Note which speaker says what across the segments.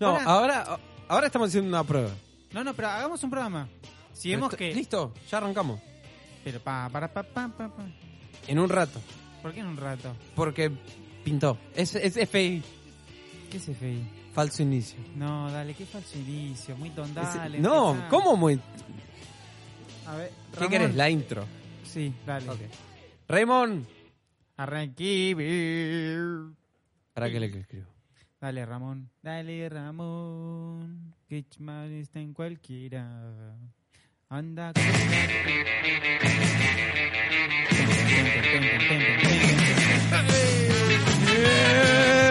Speaker 1: No,
Speaker 2: Hola.
Speaker 1: ahora, ahora estamos haciendo una prueba.
Speaker 2: No, no, pero hagamos un programa. Si vemos
Speaker 1: Esto-
Speaker 2: que.
Speaker 1: Listo, ya arrancamos.
Speaker 2: Pero pa, para, pa, pa, pa, pa.
Speaker 1: En un rato.
Speaker 2: ¿Por qué en un rato?
Speaker 1: Porque pintó. Es, es FI.
Speaker 2: ¿Qué es FI?
Speaker 1: Falso inicio.
Speaker 2: No, dale, qué falso inicio. Muy
Speaker 1: Es-
Speaker 2: tondale.
Speaker 1: no,
Speaker 2: empezá.
Speaker 1: ¿cómo muy? ¿Qué
Speaker 2: A ver, Ramón.
Speaker 1: querés? La intro.
Speaker 2: Sí, dale.
Speaker 1: Ok. Raymond.
Speaker 2: Arranquí. vir.
Speaker 1: ¿Para qué le escribo?
Speaker 2: Dale, Ramón. Dale, Ramón. Que mal está en cualquiera. Anda. con-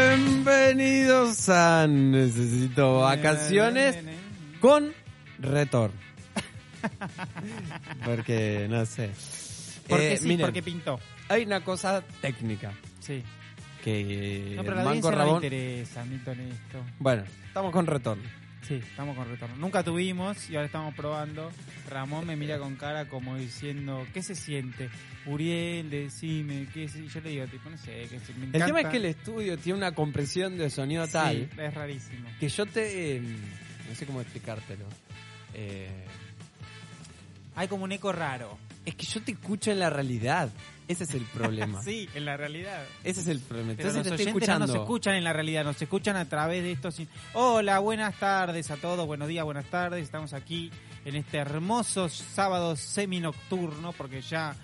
Speaker 1: Bienvenidos a Necesito Vacaciones con Retor. Porque, no sé.
Speaker 2: Porque
Speaker 1: Eh,
Speaker 2: sí,
Speaker 1: miren,
Speaker 2: porque pintó.
Speaker 1: hay una cosa técnica
Speaker 2: Sí.
Speaker 1: que
Speaker 2: No, pero la
Speaker 1: Manco
Speaker 2: audiencia no le
Speaker 1: Eh, Rabón...
Speaker 2: interesa, Milton, esto.
Speaker 1: Bueno, estamos con retorno.
Speaker 2: Sí, estamos con retorno. Nunca tuvimos y ahora estamos probando. Ramón me mira con cara como diciendo, ¿qué se siente? Uriel, decime, ¿qué se-?" Y Yo le digo, tipo, no sé, que se- me
Speaker 1: El tema es
Speaker 2: encanta.
Speaker 1: que el estudio tiene una comprensión de sonido
Speaker 2: Sí,
Speaker 1: tal
Speaker 2: es rarísimo.
Speaker 1: que yo te... eh, no sé cómo explicártelo. Eh,
Speaker 2: Hay como un eco raro.
Speaker 1: es que yo te escucho en la realidad. Ese es el problema.
Speaker 2: Sí, en la realidad.
Speaker 1: Ese es el problema.
Speaker 2: Pero
Speaker 1: Entonces te
Speaker 2: los
Speaker 1: estoy
Speaker 2: oyentes no
Speaker 1: escuchando.
Speaker 2: nos escuchan en la realidad, nos escuchan a través de estos... in- Hola, buenas tardes a todos, buenos días, buenas tardes. Estamos aquí en este hermoso sábado seminocturno, porque ya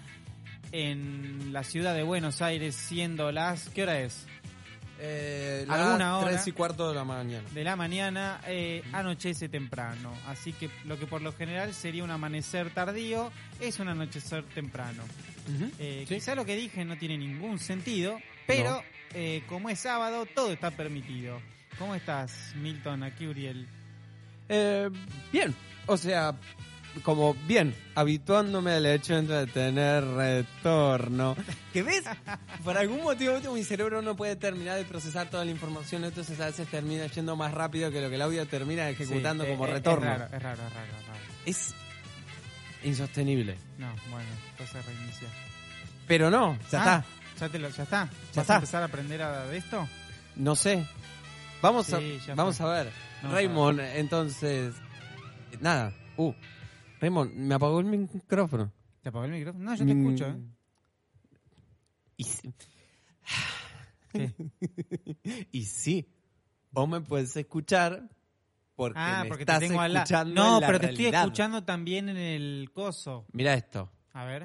Speaker 2: en la ciudad de Buenos Aires, siendo las... ¿Qué hora es?
Speaker 1: Eh,
Speaker 2: Alguna hora.
Speaker 1: Tres y cuarto de la mañana.
Speaker 2: de la mañana eh, anochece temprano. Así que lo que por lo general sería un amanecer tardío es un anochecer temprano. Eh,
Speaker 1: Sí.
Speaker 2: Quizá lo que dije no tiene ningún sentido, pero
Speaker 1: No.
Speaker 2: eh, como es sábado, todo está permitido. ¿Cómo estás, Milton? Aquí Uriel.
Speaker 1: Eh, bien. O sea, como bien, habituándome al hecho de tener retorno. ¿Qué ves? Por algún motivo mi cerebro no puede terminar de procesar toda la información, entonces a veces termina yendo más rápido que lo que el audio termina ejecutando
Speaker 2: Sí, eh,
Speaker 1: como
Speaker 2: eh,
Speaker 1: retorno.
Speaker 2: Es raro, es raro, es raro, es raro.
Speaker 1: Es insostenible.
Speaker 2: No, bueno, entonces reinicia.
Speaker 1: Pero no, ya
Speaker 2: Ah,
Speaker 1: está.
Speaker 2: ¿Ya, te lo- ya está? ¿Vas
Speaker 1: está.
Speaker 2: a empezar a aprender a, de esto?
Speaker 1: No sé. Vamos
Speaker 2: Sí, ya
Speaker 1: a vamos
Speaker 2: fue.
Speaker 1: a ver.
Speaker 2: No,
Speaker 1: Raymond, entonces nada. Uh. Raymond, me apagó el micrófono.
Speaker 2: ¿Te apagó el micrófono? No, yo te
Speaker 1: Mm.
Speaker 2: escucho, ¿eh?
Speaker 1: Y sí.
Speaker 2: ¿Qué?
Speaker 1: y sí, vos me puedes escuchar porque
Speaker 2: Ah,
Speaker 1: me
Speaker 2: porque
Speaker 1: estás
Speaker 2: te tengo al lado.
Speaker 1: escuchando
Speaker 2: No,
Speaker 1: en la
Speaker 2: pero te estoy
Speaker 1: realidad.
Speaker 2: escuchando también en el coso.
Speaker 1: Mira esto.
Speaker 2: A ver.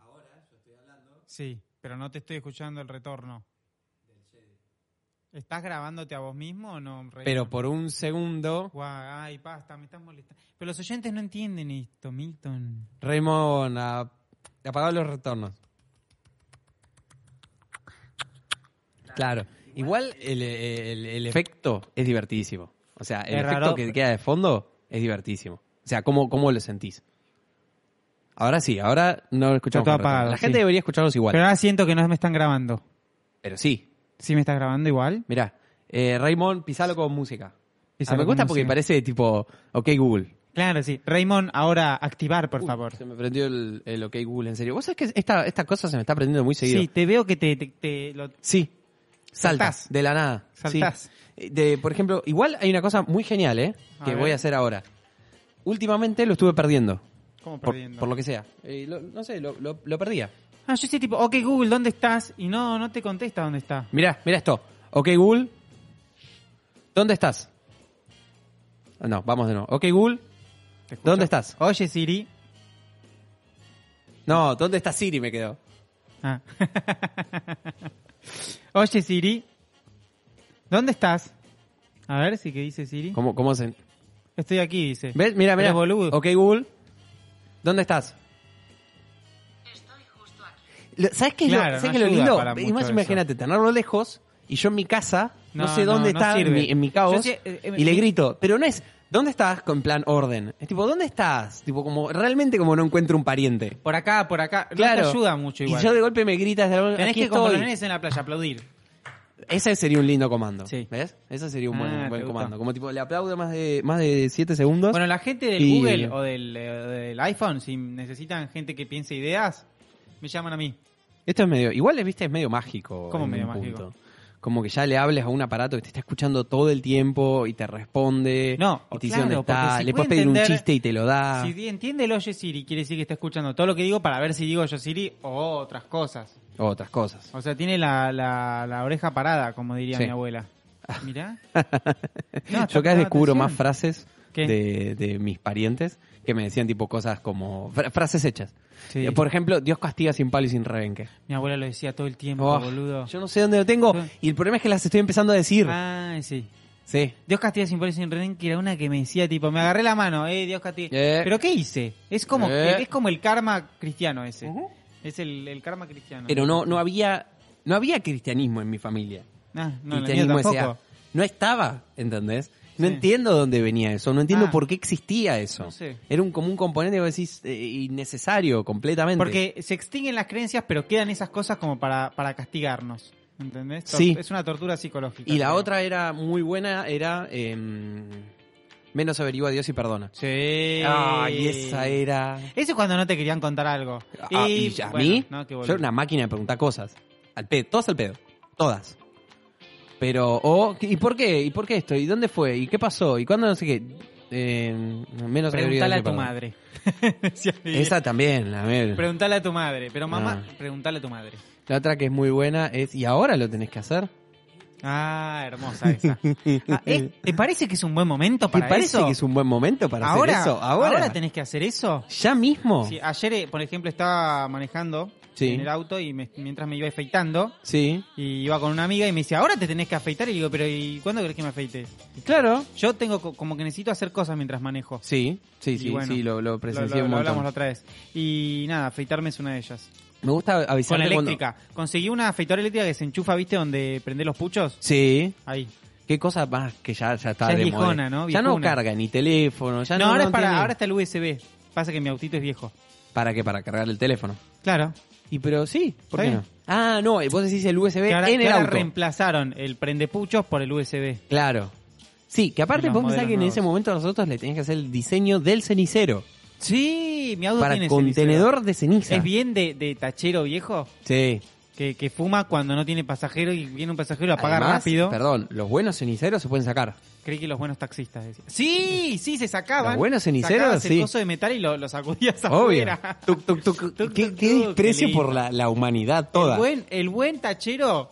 Speaker 2: Ahora yo estoy hablando. Sí, pero no te estoy escuchando el retorno. ¿Estás grabándote a vos mismo o no? Rey?
Speaker 1: Pero por un segundo,
Speaker 2: Guau, ay, basta, me estás molestando. Pero los oyentes no entienden esto, Milton.
Speaker 1: Raymond a- apagó los retornos. Claro. Igual el, el- el efecto es divertísimo. O sea, el
Speaker 2: Es
Speaker 1: efecto
Speaker 2: raro,
Speaker 1: que
Speaker 2: pero-
Speaker 1: queda de fondo es divertísimo. O sea, ¿cómo, cómo lo sentís? Ahora sí, ahora no lo escuchamos.
Speaker 2: Está
Speaker 1: con
Speaker 2: todo
Speaker 1: retorno.
Speaker 2: apagado,
Speaker 1: La gente
Speaker 2: sí.
Speaker 1: debería escucharlos igual.
Speaker 2: Pero
Speaker 1: Pero,
Speaker 2: ahora siento que no me están grabando.
Speaker 1: sí,
Speaker 2: ¿Sí me estás grabando igual?
Speaker 1: mirá. Eh, Raymond, pisalo con música. Ah,
Speaker 2: Pisalo
Speaker 1: me
Speaker 2: con
Speaker 1: gusta porque
Speaker 2: música.
Speaker 1: parece tipo, ok Google.
Speaker 2: Claro, sí. Raymond, ahora activar, por
Speaker 1: Uy,
Speaker 2: favor.
Speaker 1: Se me prendió el, el ok Google, en serio. Vos sabés que esta, esta cosa se me está prendiendo muy seguido.
Speaker 2: Sí, te veo que te, te- te lo-
Speaker 1: Sí. Saltas.
Speaker 2: Saltás.
Speaker 1: De la nada.
Speaker 2: Saltás.
Speaker 1: Sí. Eh, De, por ejemplo, igual hay una cosa muy genial, ¿eh?
Speaker 2: A
Speaker 1: Que
Speaker 2: ver.
Speaker 1: voy a hacer ahora. Últimamente lo estuve perdiendo.
Speaker 2: ¿Cómo
Speaker 1: Por,
Speaker 2: perdiendo?
Speaker 1: por lo que sea. Eh, lo- no sé, lo, lo- lo perdía.
Speaker 2: Ah, yo sí tipo, ok Google, ¿dónde estás? Y no, no te contesta dónde está.
Speaker 1: Mirá, mirá esto. Ok, Google. ¿Dónde estás? Ah, No, vamos de nuevo. Ok, Google.
Speaker 2: ¿Te escucho?
Speaker 1: ¿Dónde estás?
Speaker 2: Oye Siri.
Speaker 1: No, ¿dónde está Siri? Me quedó.
Speaker 2: Ah. Oye Siri. ¿Dónde estás? A ver si que dice Siri.
Speaker 1: ¿Cómo, cómo se.?
Speaker 2: Estoy aquí, dice.
Speaker 1: ¿Ves? Mira, mira.
Speaker 2: Eres boludo.
Speaker 1: Ok, Google. ¿Dónde estás? Estoy justo aquí. ¿Sabes qué es, lo,
Speaker 2: Claro,
Speaker 1: sabés
Speaker 2: no
Speaker 1: qué es lo
Speaker 2: ayuda
Speaker 1: lindo?
Speaker 2: para mucho
Speaker 1: Imag-
Speaker 2: eso.
Speaker 1: Imagínate, tenerlo lejos y yo en mi casa, no,
Speaker 2: No,
Speaker 1: sé
Speaker 2: no,
Speaker 1: dónde
Speaker 2: no
Speaker 1: está en
Speaker 2: sirve.
Speaker 1: mi, en mi caos,
Speaker 2: Yo sí, eh, eh,
Speaker 1: y le
Speaker 2: mi-
Speaker 1: grito, pero no es, ¿dónde estás? Con plan orden. Es tipo, ¿dónde estás? Tipo, como realmente como no encuentro un pariente.
Speaker 2: Por acá, por acá.
Speaker 1: Claro.
Speaker 2: No te ayuda mucho igual.
Speaker 1: Y yo de golpe me gritas de algún
Speaker 2: Tenés
Speaker 1: aquí
Speaker 2: que como los
Speaker 1: estoy.
Speaker 2: nenes en la playa aplaudir.
Speaker 1: Ese sería un lindo comando.
Speaker 2: Sí.
Speaker 1: ¿Ves? Ese sería un buen,
Speaker 2: Ah,
Speaker 1: un buen
Speaker 2: te gustó.
Speaker 1: comando. Como tipo, le aplaudo más de más de 7 segundos.
Speaker 2: Bueno, la gente del
Speaker 1: Y-
Speaker 2: Google o del, eh, del iPhone, si necesitan gente que piense ideas, me llaman a mí.
Speaker 1: Esto es medio, igual viste, es medio mágico.
Speaker 2: ¿Cómo
Speaker 1: en
Speaker 2: medio
Speaker 1: un
Speaker 2: mágico?
Speaker 1: punto. Como que ya le hables a un aparato que te está escuchando todo el tiempo y te responde.
Speaker 2: No,
Speaker 1: y te dice
Speaker 2: claro,
Speaker 1: dónde está.
Speaker 2: porque si
Speaker 1: le
Speaker 2: puede
Speaker 1: puedes pedir un
Speaker 2: entender-
Speaker 1: chiste y te lo da.
Speaker 2: Si entiende el Oye Siri, quiere decir que está escuchando todo lo que digo para ver si digo Yo Siri o otras cosas.
Speaker 1: O otras cosas.
Speaker 2: O sea, tiene la, la- la oreja parada, como diría
Speaker 1: Sí.
Speaker 2: mi abuela. Mirá.
Speaker 1: Yo
Speaker 2: está
Speaker 1: cada vez
Speaker 2: prestando
Speaker 1: descubro
Speaker 2: atención.
Speaker 1: más frases
Speaker 2: ¿Qué?
Speaker 1: de, de mis parientes que me decían tipo cosas como fra- frases hechas.
Speaker 2: Sí.
Speaker 1: Eh, Por ejemplo, Dios castiga sin palo y sin rebenque.
Speaker 2: Mi abuela lo decía todo el tiempo,
Speaker 1: Oh,
Speaker 2: boludo.
Speaker 1: Yo no sé dónde lo tengo
Speaker 2: Sí. Ah.
Speaker 1: y el problema es que las estoy empezando a decir.
Speaker 2: Ay, sí.
Speaker 1: Sí.
Speaker 2: Dios castiga sin poder sin Ren, que era una que me decía, tipo, me agarré la mano, eh, Dios castiga.
Speaker 1: Eh.
Speaker 2: ¿Pero qué hice? Es como,
Speaker 1: Eh.
Speaker 2: es como el karma cristiano ese.
Speaker 1: Ujú.
Speaker 2: Es el, el karma cristiano.
Speaker 1: Pero no, no había no había cristianismo en mi familia.
Speaker 2: Ah, no, la mía
Speaker 1: Cristianismo
Speaker 2: tampoco.
Speaker 1: S.A.. ah, No estaba, ¿entendés? No
Speaker 2: Sí.
Speaker 1: entiendo dónde venía eso, no entiendo
Speaker 2: Ah.
Speaker 1: por qué existía eso.
Speaker 2: No sé.
Speaker 1: Era un común componente, vos decís, eh, innecesario completamente.
Speaker 2: Porque se extinguen las creencias, pero quedan esas cosas como para, para castigarnos. ¿Entendés? Tor-
Speaker 1: Sí.
Speaker 2: Es una tortura psicológica.
Speaker 1: y la
Speaker 2: creo.
Speaker 1: otra era muy buena, era eh, menos averigua Dios y perdona.
Speaker 2: Sí.
Speaker 1: Ay, esa era...
Speaker 2: Eso es cuando no te querían contar algo.
Speaker 1: Ah, y ya, a
Speaker 2: bueno,
Speaker 1: mí,
Speaker 2: no, qué
Speaker 1: yo
Speaker 2: boludo.
Speaker 1: era una máquina de preguntar cosas. Al pedo, todas al pedo. Todas. Pero, o, ¿y por qué? ¿Y por qué esto? ¿Y dónde fue? ¿Y qué pasó? ¿Y cuándo no sé qué? Eh, menos averiguado,
Speaker 2: Preguntale a tu
Speaker 1: perdón.
Speaker 2: madre. Decía mi
Speaker 1: Esa también, la mía.
Speaker 2: Preguntale a tu madre, pero mamá,
Speaker 1: Ah.
Speaker 2: preguntale a tu madre.
Speaker 1: La otra que es muy buena es, ¿y ahora lo tenés que hacer?
Speaker 2: Ah, hermosa esa. Ah, ¿eh? ¿Te parece que es un buen momento
Speaker 1: ¿Te
Speaker 2: para
Speaker 1: parece
Speaker 2: eso?
Speaker 1: que es un buen momento para
Speaker 2: ahora,
Speaker 1: hacer eso? Ahora,
Speaker 2: tenés que hacer eso.
Speaker 1: ya mismo.
Speaker 2: Sí,
Speaker 1: Sí.
Speaker 2: ayer, eh, por ejemplo, estaba manejando
Speaker 1: Sí.
Speaker 2: en el auto y me- mientras me iba afeitando, y iba con una amiga y me decía, ahora te tenés que afeitar. Y digo, pero ¿y cuándo crees que me afeites?
Speaker 1: Claro.
Speaker 2: Yo tengo co- como que necesito hacer cosas mientras manejo.
Speaker 1: Sí, sí,
Speaker 2: Y
Speaker 1: sí,
Speaker 2: bueno,
Speaker 1: sí, lo, lo presencié
Speaker 2: lo,
Speaker 1: un
Speaker 2: lo hablamos
Speaker 1: montón.
Speaker 2: la otra vez. Y nada, afeitarme es una de ellas.
Speaker 1: Me gusta
Speaker 2: Con
Speaker 1: avisarte
Speaker 2: la
Speaker 1: cuando-
Speaker 2: eléctrica. Conseguí una afeitora eléctrica que se enchufa, ¿viste? Donde prende los puchos.
Speaker 1: Sí,
Speaker 2: Ahí.
Speaker 1: Qué cosa más que ya, ya está
Speaker 2: Ya es
Speaker 1: de moda.
Speaker 2: viejona, ¿no?
Speaker 1: Ya no
Speaker 2: Viejuna.
Speaker 1: carga ni teléfono. Ya
Speaker 2: no,
Speaker 1: no,
Speaker 2: ahora,
Speaker 1: no
Speaker 2: es para,
Speaker 1: tiene-
Speaker 2: ahora está el USB. Pasa que mi autito es viejo.
Speaker 1: ¿Para qué? Para cargar el teléfono.
Speaker 2: Claro.
Speaker 1: Y pero sí, ¿por
Speaker 2: Está
Speaker 1: qué
Speaker 2: bien.
Speaker 1: no? Ah, no, vos decís el USB
Speaker 2: Que ahora,
Speaker 1: en
Speaker 2: que
Speaker 1: el
Speaker 2: ahora
Speaker 1: auto.
Speaker 2: reemplazaron el prendepuchos por el USB.
Speaker 1: Claro. Sí, que aparte
Speaker 2: Y los
Speaker 1: vos pensás que en
Speaker 2: modelos
Speaker 1: ese
Speaker 2: nuevos.
Speaker 1: momento nosotros le tenías que hacer el diseño del cenicero.
Speaker 2: Sí, mi auto
Speaker 1: para
Speaker 2: tiene ese
Speaker 1: contenedor de
Speaker 2: visero.
Speaker 1: ceniza.
Speaker 2: Es bien de, de tachero viejo
Speaker 1: Sí.
Speaker 2: que, que fuma cuando no tiene pasajero y viene un pasajero lo apaga
Speaker 1: Además,
Speaker 2: rápido.
Speaker 1: Perdón, los buenos ceniceros se pueden sacar.
Speaker 2: Creí que los buenos taxistas decían. Sí, sí, se sacaban.
Speaker 1: Los buenos ceniceros,
Speaker 2: Sacabas
Speaker 1: sí.
Speaker 2: el coso de metal y lo, lo sacudías
Speaker 1: Obvio.
Speaker 2: afuera.
Speaker 1: Tuc, tuc, tuc.
Speaker 2: Tuc,
Speaker 1: qué,
Speaker 2: tuc,
Speaker 1: qué
Speaker 2: tuc, qué
Speaker 1: desprecio
Speaker 2: lindo.
Speaker 1: por la, la humanidad
Speaker 2: El
Speaker 1: toda.
Speaker 2: buen, el buen tachero.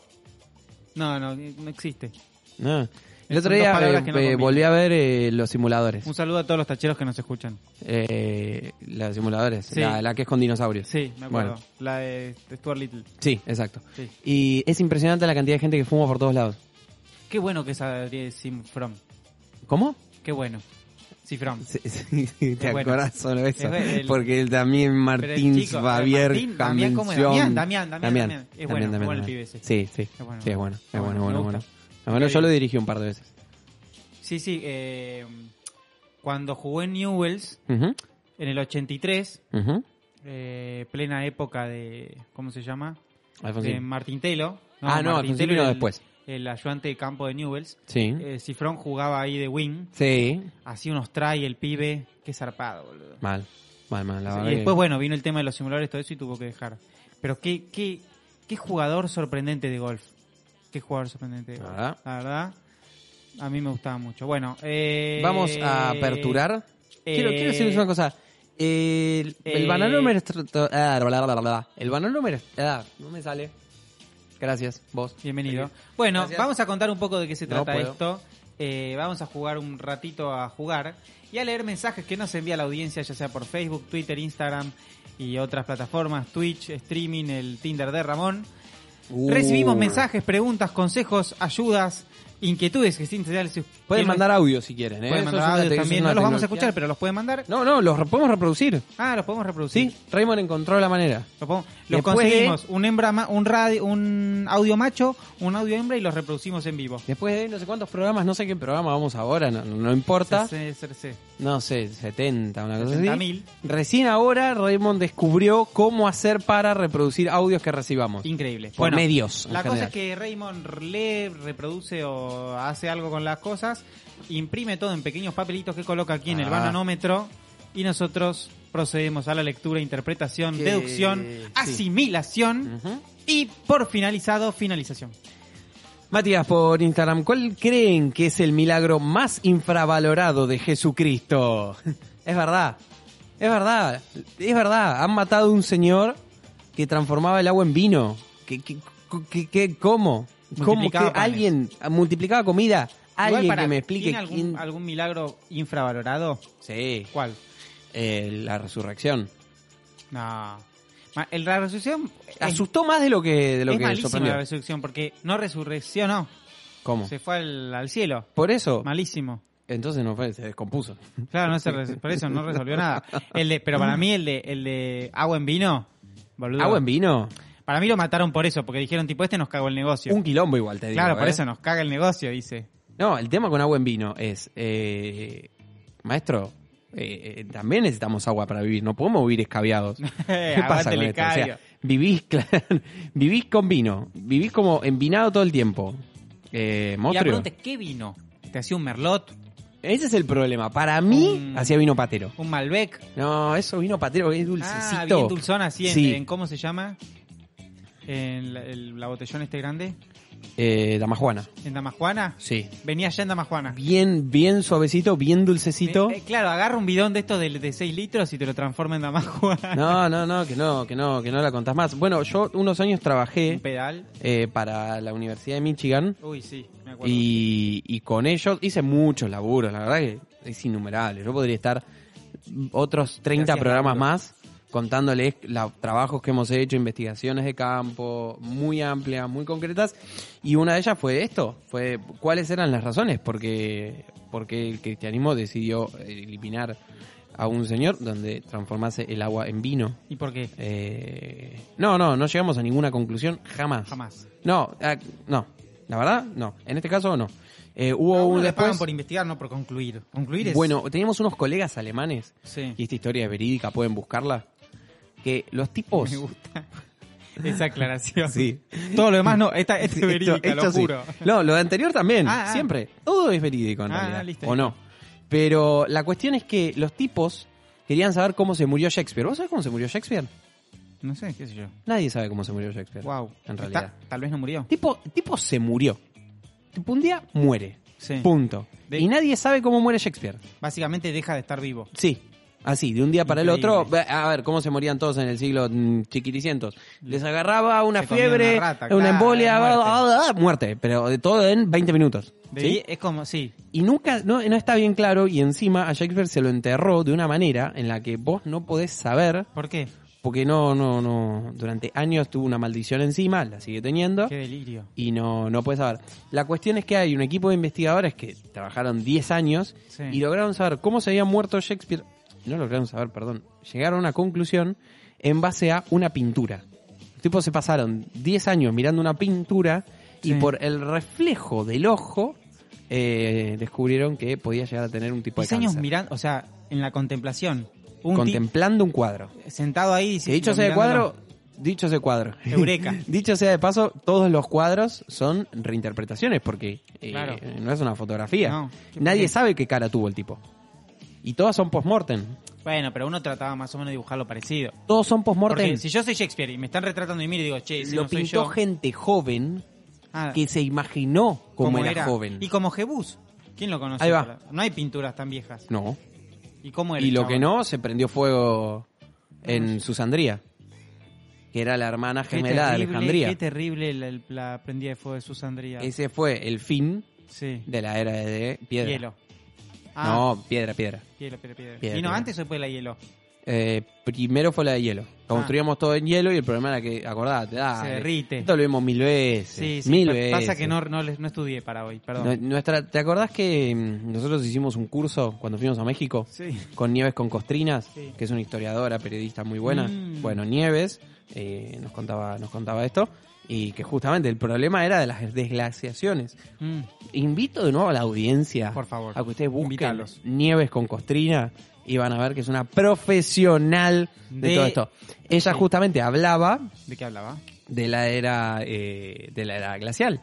Speaker 2: No, no, no existe.
Speaker 1: No. El
Speaker 2: Son
Speaker 1: otro
Speaker 2: dos
Speaker 1: día
Speaker 2: palabras
Speaker 1: eh,
Speaker 2: que no
Speaker 1: eh,
Speaker 2: combinan.
Speaker 1: volví a ver eh, los simuladores.
Speaker 2: Un saludo a todos los tacheros que nos escuchan.
Speaker 1: Eh, la de simuladores,
Speaker 2: Sí.
Speaker 1: la, la que es con dinosaurios.
Speaker 2: Sí, me acuerdo.
Speaker 1: Bueno,
Speaker 2: La de Stuart Little.
Speaker 1: sí, exacto.
Speaker 2: Sí.
Speaker 1: Y es impresionante la cantidad de gente que fuma por todos lados.
Speaker 2: Qué bueno que es Adriel Sim From.
Speaker 1: ¿Cómo?
Speaker 2: Qué bueno. Sí, From.
Speaker 1: Sí, sí, sí, te
Speaker 2: Es Eh, bueno.
Speaker 1: acordás solo eso.
Speaker 2: Es bueno, el-
Speaker 1: Porque el también
Speaker 2: Pero el
Speaker 1: Martín
Speaker 2: chico, el
Speaker 1: Javier
Speaker 2: Martín, Damián, ¿cómo es?
Speaker 1: Camención.
Speaker 2: Damián, Damián, Damián, Damián. Es bueno, es bueno el pibe ese.
Speaker 1: Sí, sí.
Speaker 2: Es bueno.
Speaker 1: Sí, es bueno, es
Speaker 2: Es
Speaker 1: bueno,
Speaker 2: bueno,
Speaker 1: bueno,
Speaker 2: me
Speaker 1: bueno.
Speaker 2: gusta. Eh,
Speaker 1: Ah, bueno,
Speaker 2: Está
Speaker 1: yo lo
Speaker 2: bien.
Speaker 1: dirigí un par de veces.
Speaker 2: Sí, sí. eh, cuando jugué en Newells,
Speaker 1: Ujú,
Speaker 2: en el 83,
Speaker 1: ujú.
Speaker 2: eh, plena época de. ¿Cómo se llama?
Speaker 1: Alfonsín.
Speaker 2: De Martín Telo.
Speaker 1: Ah, no, Alfonsín vino
Speaker 2: era el-
Speaker 1: después.
Speaker 2: El ayudante de campo de Newells.
Speaker 1: Sí.
Speaker 2: Eh, Cifrón jugaba ahí de wing.
Speaker 1: Sí.
Speaker 2: Hacía unos try el pibe. Qué zarpado, boludo.
Speaker 1: Mal. Mal, mal. la
Speaker 2: Sí,
Speaker 1: verdad
Speaker 2: y
Speaker 1: que-
Speaker 2: después, bueno, vino el tema de los simuladores, todo eso, y tuvo que dejar. Pero qué, qué, qué jugador sorprendente de golf. Qué jugador sorprendente. de golf.
Speaker 1: La verdad.
Speaker 2: La verdad, a mí me gustaba mucho. Bueno, eh,
Speaker 1: Vamos a aperturar. Quiero,
Speaker 2: eh,
Speaker 1: quiero decirles una cosa. El, el
Speaker 2: eh,
Speaker 1: banano merestro- ah, bla, bla, bla, bla. El banano merestro- ah, no me sale. Gracias, vos.
Speaker 2: Bienvenido. Bueno,
Speaker 1: Gracias.
Speaker 2: vamos a contar un poco de qué se
Speaker 1: No
Speaker 2: trata
Speaker 1: puedo.
Speaker 2: esto. Eh, vamos a jugar un ratito a jugar y a leer mensajes que nos envía la audiencia, ya sea por Facebook, Twitter, Instagram y otras plataformas, Twitch, streaming,
Speaker 1: Uh.
Speaker 2: el Tinder de Ramón. Recibimos mensajes, preguntas, consejos, ayudas, inquietudes que sienten de sus-
Speaker 1: Pueden
Speaker 2: que
Speaker 1: mandar audio si quieren, ¿eh?
Speaker 2: pueden
Speaker 1: Eso
Speaker 2: mandar
Speaker 1: es una
Speaker 2: audios
Speaker 1: te- eso es
Speaker 2: también.
Speaker 1: una
Speaker 2: No los vamos a
Speaker 1: tecnología.
Speaker 2: escuchar, pero los pueden mandar.
Speaker 1: No, no, los re- podemos reproducir.
Speaker 2: Ah, los podemos reproducir.
Speaker 1: Sí, Raymond encontró la manera.
Speaker 2: Los, podemos- los
Speaker 1: Después de-
Speaker 2: conseguimos. Un hembra, ma- un radio, un audio macho, un audio hembra y los reproducimos en vivo.
Speaker 1: Después de no sé cuántos programas, no sé qué programa vamos ahora, no, no- no importa.
Speaker 2: Sí, sí, sí.
Speaker 1: No sé, 70, una cosa así.
Speaker 2: 70.000.
Speaker 1: Recién ahora Raymond descubrió cómo hacer para reproducir audios que recibamos.
Speaker 2: Increíble.
Speaker 1: Por medios, en
Speaker 2: La cosa
Speaker 1: general.
Speaker 2: es que Raymond lee, reproduce o hace algo con las cosas, imprime todo en pequeños papelitos que coloca aquí en
Speaker 1: Ah.
Speaker 2: el bananómetro y nosotros procedemos a la lectura, interpretación,
Speaker 1: Que-
Speaker 2: deducción,
Speaker 1: sí.
Speaker 2: asimilación
Speaker 1: Ujú.
Speaker 2: y por finalizado, finalización.
Speaker 1: Matías por Instagram, ¿cuál creen que es el milagro más infravalorado de Jesucristo? Es verdad, es verdad, es verdad. Han matado a un señor que transformaba el agua en vino. ¿Qué, qué, qué- qué- cómo? ¿Cómo que
Speaker 2: Multiplicaba panes.
Speaker 1: alguien multiplicaba comida? Alguien
Speaker 2: Igual, pará,
Speaker 1: que me explique
Speaker 2: ¿Tiene algún,
Speaker 1: quién...
Speaker 2: algún milagro infravalorado?
Speaker 1: Sí,
Speaker 2: ¿Cuál?
Speaker 1: eh, la resurrección.
Speaker 2: No. Ma- El, la resurrección es,
Speaker 1: Asustó más de lo que, de lo
Speaker 2: es
Speaker 1: que
Speaker 2: malísima la
Speaker 1: sorprendió.
Speaker 2: resurrección porque no resurreccionó,
Speaker 1: ¿Cómo?
Speaker 2: se fue al, al cielo.
Speaker 1: Por eso,
Speaker 2: Malísimo.
Speaker 1: entonces no fue, se descompuso.
Speaker 2: Claro, no se res- por eso no resolvió nada. El de, pero para mí el de, el de agua en vino, boludo.
Speaker 1: ¿Agua en vino?
Speaker 2: Para mí lo mataron por eso, porque dijeron tipo este nos cagó el negocio.
Speaker 1: Un quilombo igual, te digo.
Speaker 2: claro, por
Speaker 1: ¿eh?
Speaker 2: eso nos caga el negocio, dice.
Speaker 1: No, el tema con agua en vino es, eh, maestro, eh, eh, también necesitamos agua para vivir, no podemos vivir escabiados. ¿Qué pasa
Speaker 2: Aguante
Speaker 1: con
Speaker 2: el
Speaker 1: esto? O sea,
Speaker 2: escabio.
Speaker 1: vivís, claro, vivís con vino, vivís como envinado todo el tiempo. Eh,
Speaker 2: y la
Speaker 1: mostrio.
Speaker 2: pregunta es, ¿qué vino? ¿Te hacía un merlot?
Speaker 1: Ese es el problema. Para mí,
Speaker 2: Mm.
Speaker 1: hacía vino patero.
Speaker 2: ¿Un malbec?
Speaker 1: No, eso vino patero es dulcecito.
Speaker 2: Ah, bien dulzón así en,
Speaker 1: Sí.
Speaker 2: en- ¿cómo se llama? En la, el- la botellón este grande,
Speaker 1: Eh, damajuana.
Speaker 2: en Damajuana.
Speaker 1: Sí.
Speaker 2: Venía ya en Damajuana.
Speaker 1: Bien, bien suavecito, bien dulcecito.
Speaker 2: Eh, eh, claro, agarra un bidón de estos de, de 6 litros y te lo transforma en Damajuana.
Speaker 1: No, no, no, que no, que no, que no la contás más. Bueno, yo unos años trabajé
Speaker 2: Un pedal.
Speaker 1: eh, para la Universidad de Michigan
Speaker 2: Uy, sí, me acuerdo.
Speaker 1: y, y con ellos hice muchos laburos, la verdad que es innumerable. Yo podría estar otros 30
Speaker 2: Gracias,
Speaker 1: programas
Speaker 2: laburo.
Speaker 1: más contándoles los trabajos que hemos hecho, investigaciones de campo, muy amplias, muy concretas. Y una de ellas fue esto, fue cuáles eran las razones porque, porque el cristianismo decidió eliminar a un señor donde transformase el agua en vino.
Speaker 2: ¿Y por qué?
Speaker 1: Eh, no, no, no llegamos a ninguna conclusión jamás.
Speaker 2: Jamás.
Speaker 1: No, ah, no. La verdad, no. En este caso, no. Eh, hubo
Speaker 2: A uno
Speaker 1: un
Speaker 2: le
Speaker 1: después.
Speaker 2: pagan por investigar, no por concluir. Concluir es...
Speaker 1: Bueno, teníamos unos colegas alemanes.
Speaker 2: Sí.
Speaker 1: Y esta historia es verídica, pueden buscarla. Que los tipos.
Speaker 2: Me gusta esa aclaración.
Speaker 1: Sí.
Speaker 2: Todo lo demás no, esta, esta es
Speaker 1: Esto-
Speaker 2: verídica,
Speaker 1: esto
Speaker 2: lo
Speaker 1: sí.
Speaker 2: juro.
Speaker 1: No, lo anterior también.
Speaker 2: Ah, ah.
Speaker 1: Siempre. Todo es verídico en
Speaker 2: Ah,
Speaker 1: realidad.
Speaker 2: listo,
Speaker 1: o
Speaker 2: listo.
Speaker 1: no. Pero la cuestión es que los tipos querían saber cómo se murió Shakespeare. ¿Vos sabés cómo se murió Shakespeare?
Speaker 2: No sé, qué sé yo.
Speaker 1: Nadie sabe cómo se murió Shakespeare.
Speaker 2: Wow.
Speaker 1: En realidad.
Speaker 2: tal vez no murió.
Speaker 1: Tipo, tipo se murió. Tipo, un día muere.
Speaker 2: Sí.
Speaker 1: Punto.
Speaker 2: De-
Speaker 1: Y nadie sabe cómo muere Shakespeare.
Speaker 2: Básicamente deja de estar vivo.
Speaker 1: Sí. Así, de un día para el
Speaker 2: Increíble.
Speaker 1: otro, ve- a ver, ¿cómo se morían todos en el siglo mm, chiquiticientos? Les agarraba una
Speaker 2: Se comía
Speaker 1: fiebre, una,
Speaker 2: una rata, claro,
Speaker 1: embolia,
Speaker 2: muerte.
Speaker 1: ah, ah, ah, muerte, pero de todo en 20 minutos.
Speaker 2: De
Speaker 1: ¿sí?
Speaker 2: ahí Es como, sí.
Speaker 1: Y nunca, no, no está bien claro, y encima a Shakespeare se lo enterró de una manera en la que vos no podés saber,
Speaker 2: ¿Por qué?
Speaker 1: porque no, no, no, durante años tuvo una maldición encima, la sigue teniendo
Speaker 2: Qué delirio.
Speaker 1: y no, no puedes saber. La cuestión es que hay un equipo de investigadores que trabajaron 10 años
Speaker 2: Sí.
Speaker 1: y lograron saber cómo se había muerto Shakespeare. No lograron saber, perdón. Llegaron a una conclusión en base a una pintura. Los tipos se pasaron 10 años mirando una pintura y
Speaker 2: Sí.
Speaker 1: por el reflejo del ojo eh, descubrieron que podía llegar a tener un tipo de
Speaker 2: Diez años
Speaker 1: cáncer.
Speaker 2: mirando, o sea, en la contemplación. Un
Speaker 1: contemplando un cuadro.
Speaker 2: tipo sentado ahí
Speaker 1: Que
Speaker 2: dice,
Speaker 1: dicho sea de cuadro, dicho sea de cuadro.
Speaker 2: Eureka.
Speaker 1: dicho sea de paso, todos los cuadros son reinterpretaciones porque eh,
Speaker 2: Claro.
Speaker 1: no es una fotografía.
Speaker 2: No.
Speaker 1: Nadie sabe qué cara tuvo el tipo. Y todas son postmortem.
Speaker 2: Bueno, pero uno trataba más o menos de dibujarlo parecido.
Speaker 1: Todos son postmortem.
Speaker 2: Porque si yo soy Shakespeare y me están retratando y miro y digo, che, si
Speaker 1: Lo
Speaker 2: no soy
Speaker 1: pintó
Speaker 2: yo,
Speaker 1: gente joven
Speaker 2: ah,
Speaker 1: que se imaginó cómo
Speaker 2: como
Speaker 1: era, joven.
Speaker 2: Y como Jebus. ¿Quién lo conoce?
Speaker 1: Ahí va.
Speaker 2: No hay pinturas tan viejas.
Speaker 1: No.
Speaker 2: ¿Y cómo era?
Speaker 1: Y
Speaker 2: el
Speaker 1: lo
Speaker 2: chabón?
Speaker 1: que no, se prendió fuego en Susandría. Que era la hermana
Speaker 2: Qué
Speaker 1: gemela de
Speaker 2: terrible, Qué
Speaker 1: Alejandría.
Speaker 2: terrible la, la prendida de fuego de Susandría.
Speaker 1: Ese fue el fin
Speaker 2: Sí.
Speaker 1: de la era de piedra.
Speaker 2: Hielo. Ah,
Speaker 1: No, piedra, piedra.
Speaker 2: Hielo, piedra, piedra.
Speaker 1: Piedra,
Speaker 2: ¿Y no
Speaker 1: piedra.
Speaker 2: antes o después de la hielo?
Speaker 1: Eh, primero fue la de hielo. Construíamos todo en hielo y el problema era que, acordate,
Speaker 2: Ah. Se
Speaker 1: dale,
Speaker 2: derrite.
Speaker 1: Esto lo vimos mil veces.
Speaker 2: Sí, sí,
Speaker 1: mil
Speaker 2: pa-
Speaker 1: veces.
Speaker 2: pasa que no, no, les- no estudié para hoy, perdón.
Speaker 1: Nu- Nuestra, ¿Te acordás que mm, nosotros hicimos un curso cuando fuimos a México?
Speaker 2: Sí.
Speaker 1: con Nieves con Costrinas,
Speaker 2: Sí.
Speaker 1: que es una historiadora, periodista muy buena.
Speaker 2: Mm.
Speaker 1: Bueno, Nieves eh, nos contaba, nos contaba esto y que justamente el problema era de las desglaciaciones.
Speaker 2: Mm.
Speaker 1: Invito de nuevo a la audiencia,
Speaker 2: Por favor.
Speaker 1: a que ustedes busquen
Speaker 2: Invítalos.
Speaker 1: Nieves con Costrina y van a ver que es una profesional de,
Speaker 2: De-
Speaker 1: todo esto. Ella
Speaker 2: Sí.
Speaker 1: justamente hablaba
Speaker 2: ¿De qué hablaba?
Speaker 1: de la era eh, de la era glacial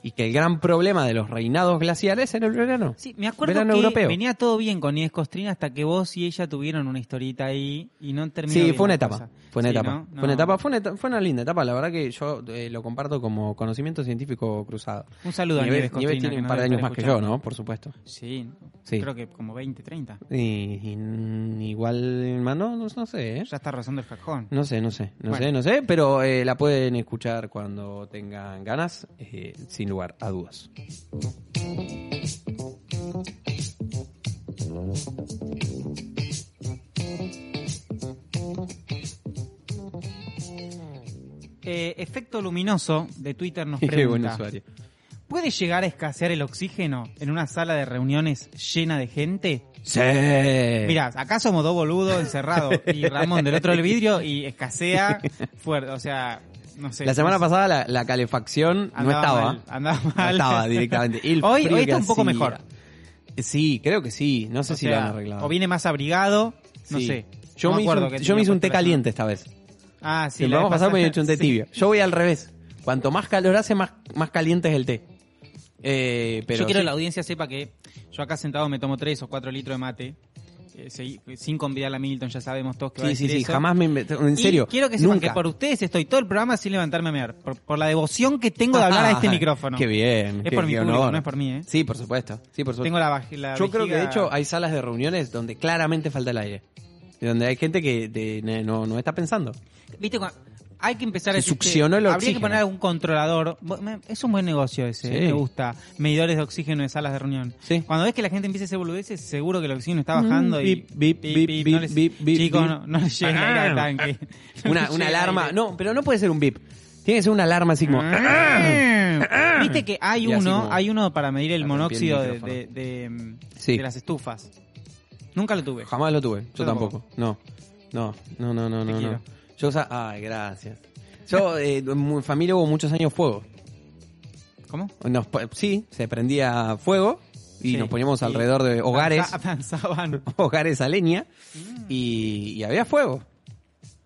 Speaker 1: y que el gran problema de los reinados glaciales era el verano.
Speaker 2: Sí, me acuerdo
Speaker 1: Verano
Speaker 2: que
Speaker 1: europeo.
Speaker 2: venía todo bien con Inés Costrina hasta que vos y ella tuvieron una historita ahí y no terminó.
Speaker 1: Sí,
Speaker 2: bien
Speaker 1: fue una
Speaker 2: la
Speaker 1: etapa.
Speaker 2: cosa.
Speaker 1: Fue una
Speaker 2: Sí,
Speaker 1: etapa.
Speaker 2: ¿no?
Speaker 1: Fue una
Speaker 2: No.
Speaker 1: etapa. Fue una eta- fue una linda etapa. La verdad que yo eh, lo comparto como conocimiento científico cruzado.
Speaker 2: Un saludo a Nieves Costrina.
Speaker 1: tiene
Speaker 2: que
Speaker 1: un
Speaker 2: nos
Speaker 1: par de
Speaker 2: debe
Speaker 1: años más
Speaker 2: estar
Speaker 1: que yo, ¿no? Por supuesto.
Speaker 2: escuchando. Sí,
Speaker 1: Sí.
Speaker 2: creo que como 20, 30.
Speaker 1: Y, y, mm, igual, más no, no, no sé, ¿eh?
Speaker 2: Ya está rozando el cajón.
Speaker 1: No sé, no sé, no
Speaker 2: Bueno.
Speaker 1: sé, no sé, pero eh, la pueden escuchar cuando tengan ganas, eh, sin lugar a dudas.
Speaker 2: Eh, efecto luminoso de Twitter nos
Speaker 1: Qué buen
Speaker 2: pregunta.
Speaker 1: usuario.
Speaker 2: ¿Puede llegar a escasear el oxígeno en una sala de reuniones llena de gente?
Speaker 1: Sí.
Speaker 2: Mirá, acá somos dos boludos encerrados y Ramón del otro del vidrio y escasea fuerte. O sea, no sé.
Speaker 1: la semana pasada la, la calefacción no
Speaker 2: Andaba
Speaker 1: estaba.
Speaker 2: mal, andaba
Speaker 1: No
Speaker 2: mal.
Speaker 1: estaba directamente. Y el
Speaker 2: hoy
Speaker 1: frío
Speaker 2: hoy
Speaker 1: que
Speaker 2: está un poco
Speaker 1: hacía. Eh,
Speaker 2: mejor.
Speaker 1: Sí, creo que sí. No sé
Speaker 2: O
Speaker 1: si
Speaker 2: sea,
Speaker 1: lo han arreglado.
Speaker 2: O viene más abrigado, no
Speaker 1: Sí.
Speaker 2: sé.
Speaker 1: Yo,
Speaker 2: No
Speaker 1: me, hice
Speaker 2: acuerdo
Speaker 1: un,
Speaker 2: qué
Speaker 1: yo
Speaker 2: tenía
Speaker 1: me hice un té
Speaker 2: postulación.
Speaker 1: caliente esta vez.
Speaker 2: Ah, sí.
Speaker 1: el
Speaker 2: la
Speaker 1: programa
Speaker 2: vez
Speaker 1: pasado me
Speaker 2: pasada-
Speaker 1: he hecho un té
Speaker 2: sí.
Speaker 1: tibio. Yo voy al revés. Cuanto más calor hace, más, más caliente es el té. Eh, pero
Speaker 2: yo quiero
Speaker 1: sí.
Speaker 2: que la audiencia sepa que yo acá sentado me tomo 3 o 4 litros de mate. eh, segui- sin convidar a Milton, ya sabemos todos que va a
Speaker 1: Sí, sí,
Speaker 2: decir
Speaker 1: sí.
Speaker 2: eso.
Speaker 1: Jamás me inventé. En
Speaker 2: Y
Speaker 1: serio.
Speaker 2: quiero que sepan
Speaker 1: nunca.
Speaker 2: que por ustedes estoy todo el programa sin levantarme a mear. Por, por la devoción que tengo de hablar a este micrófono.
Speaker 1: Qué bien.
Speaker 2: Es
Speaker 1: qué-
Speaker 2: por mi
Speaker 1: qué
Speaker 2: público,
Speaker 1: honor.
Speaker 2: no es por mí, ¿eh?
Speaker 1: Sí, por supuesto. Sí, por supuesto.
Speaker 2: Tengo la, vaj- la
Speaker 1: Yo creo que de
Speaker 2: vejiga-
Speaker 1: hecho hay salas de reuniones donde claramente falta el aire. Y Donde hay gente que te- ne- no, no está pensando.
Speaker 2: Viste, cua- hay que empezar
Speaker 1: Se
Speaker 2: a decir,
Speaker 1: succionó el
Speaker 2: che, Habría que
Speaker 1: oxígeno.
Speaker 2: poner algún controlador. Bu- me- Es un buen negocio ese,
Speaker 1: Sí.
Speaker 2: eh, me gusta. Medidores de oxígeno en salas de reunión.
Speaker 1: Sí.
Speaker 2: Cuando ves que la gente empieza a hacer boludeces, seguro que el oxígeno está bajando
Speaker 1: Mm,
Speaker 2: y...
Speaker 1: bip, bip,
Speaker 2: pip,
Speaker 1: bip,
Speaker 2: pip,
Speaker 1: bip,
Speaker 2: no les-
Speaker 1: bip, bip,
Speaker 2: Chicos,
Speaker 1: bip. Ah.
Speaker 2: no, no les llega el aire al tanque. No
Speaker 1: Una, una
Speaker 2: les llega el
Speaker 1: alarma.
Speaker 2: aire. Mm.
Speaker 1: No, pero no puede ser un bip. Tiene que ser una alarma así como. "Ah,
Speaker 2: Ah. Viste que hay
Speaker 1: Y así
Speaker 2: uno,
Speaker 1: como-
Speaker 2: hay uno para medir el
Speaker 1: Ah, rompí el
Speaker 2: monóxido de,
Speaker 1: micrófono.
Speaker 2: de- de, mm,
Speaker 1: Sí.
Speaker 2: de las estufas. Nunca lo tuve.
Speaker 1: Jamás lo tuve. Yo
Speaker 2: Yo
Speaker 1: tampoco. No. No, no, no, no,
Speaker 2: Te
Speaker 1: no.
Speaker 2: quiero.
Speaker 1: no. Yo, usa- ay, gracias. Yo, eh, en mi familia hubo muchos años fuego.
Speaker 2: ¿Cómo?
Speaker 1: Nos po- sí, se prendía fuego y
Speaker 2: Sí.
Speaker 1: nos poníamos
Speaker 2: Y
Speaker 1: alrededor de hogares,
Speaker 2: danza- Danzaban.
Speaker 1: hogares a leña
Speaker 2: Mm.
Speaker 1: y, y había fuego.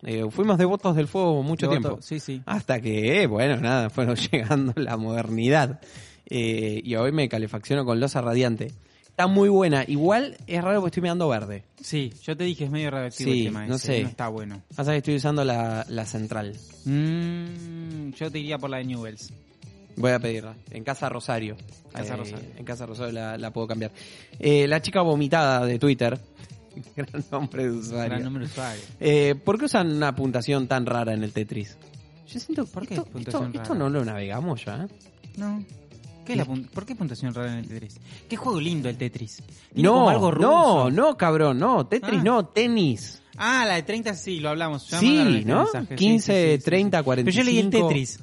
Speaker 1: Eh, fuimos devotos del fuego mucho
Speaker 2: Devoto-
Speaker 1: tiempo.
Speaker 2: Sí, sí.
Speaker 1: Hasta que, eh, bueno, nada, fueron llegando la modernidad. Eh, y hoy me calefacciono con losa radiante. Está muy buena. Igual es raro porque estoy mirando verde.
Speaker 2: Sí, yo te dije, es medio radioactivo
Speaker 1: Sí,
Speaker 2: el tema
Speaker 1: no
Speaker 2: ese,
Speaker 1: sé.
Speaker 2: no está bueno.
Speaker 1: Pasa que estoy usando la, la central.
Speaker 2: Mm, yo te iría por la de Newells.
Speaker 1: Voy a pedirla. En Casa Rosario. Eh,
Speaker 2: Casa Rosario.
Speaker 1: En Casa Rosario la, la puedo cambiar. Eh, la chica vomitada de Twitter. Gran nombre de usuario.
Speaker 2: Gran número de usuario.
Speaker 1: Eh, ¿Por qué usan una puntación tan rara en el Tetris? Yo siento, ¿por
Speaker 2: qué
Speaker 1: esto,
Speaker 2: puntuación
Speaker 1: esto-
Speaker 2: rara?
Speaker 1: esto no lo navegamos ya. ¿eh?
Speaker 2: No. ¿Qué es la pun- ¿Por qué puntuación rara en el Tetris? Qué juego lindo el Tetris. Tiene
Speaker 1: No,
Speaker 2: como algo ruso.
Speaker 1: no, no, cabrón, no. Tetris
Speaker 2: Ah.
Speaker 1: no, tenis.
Speaker 2: Ah, la de 30 sí, lo hablamos. ya mandaron
Speaker 1: Sí,
Speaker 2: este
Speaker 1: ¿no?
Speaker 2: mensaje, sí,
Speaker 1: 15,
Speaker 2: sí, sí, sí.
Speaker 1: 30, 45.
Speaker 2: Pero yo leí el Tetris.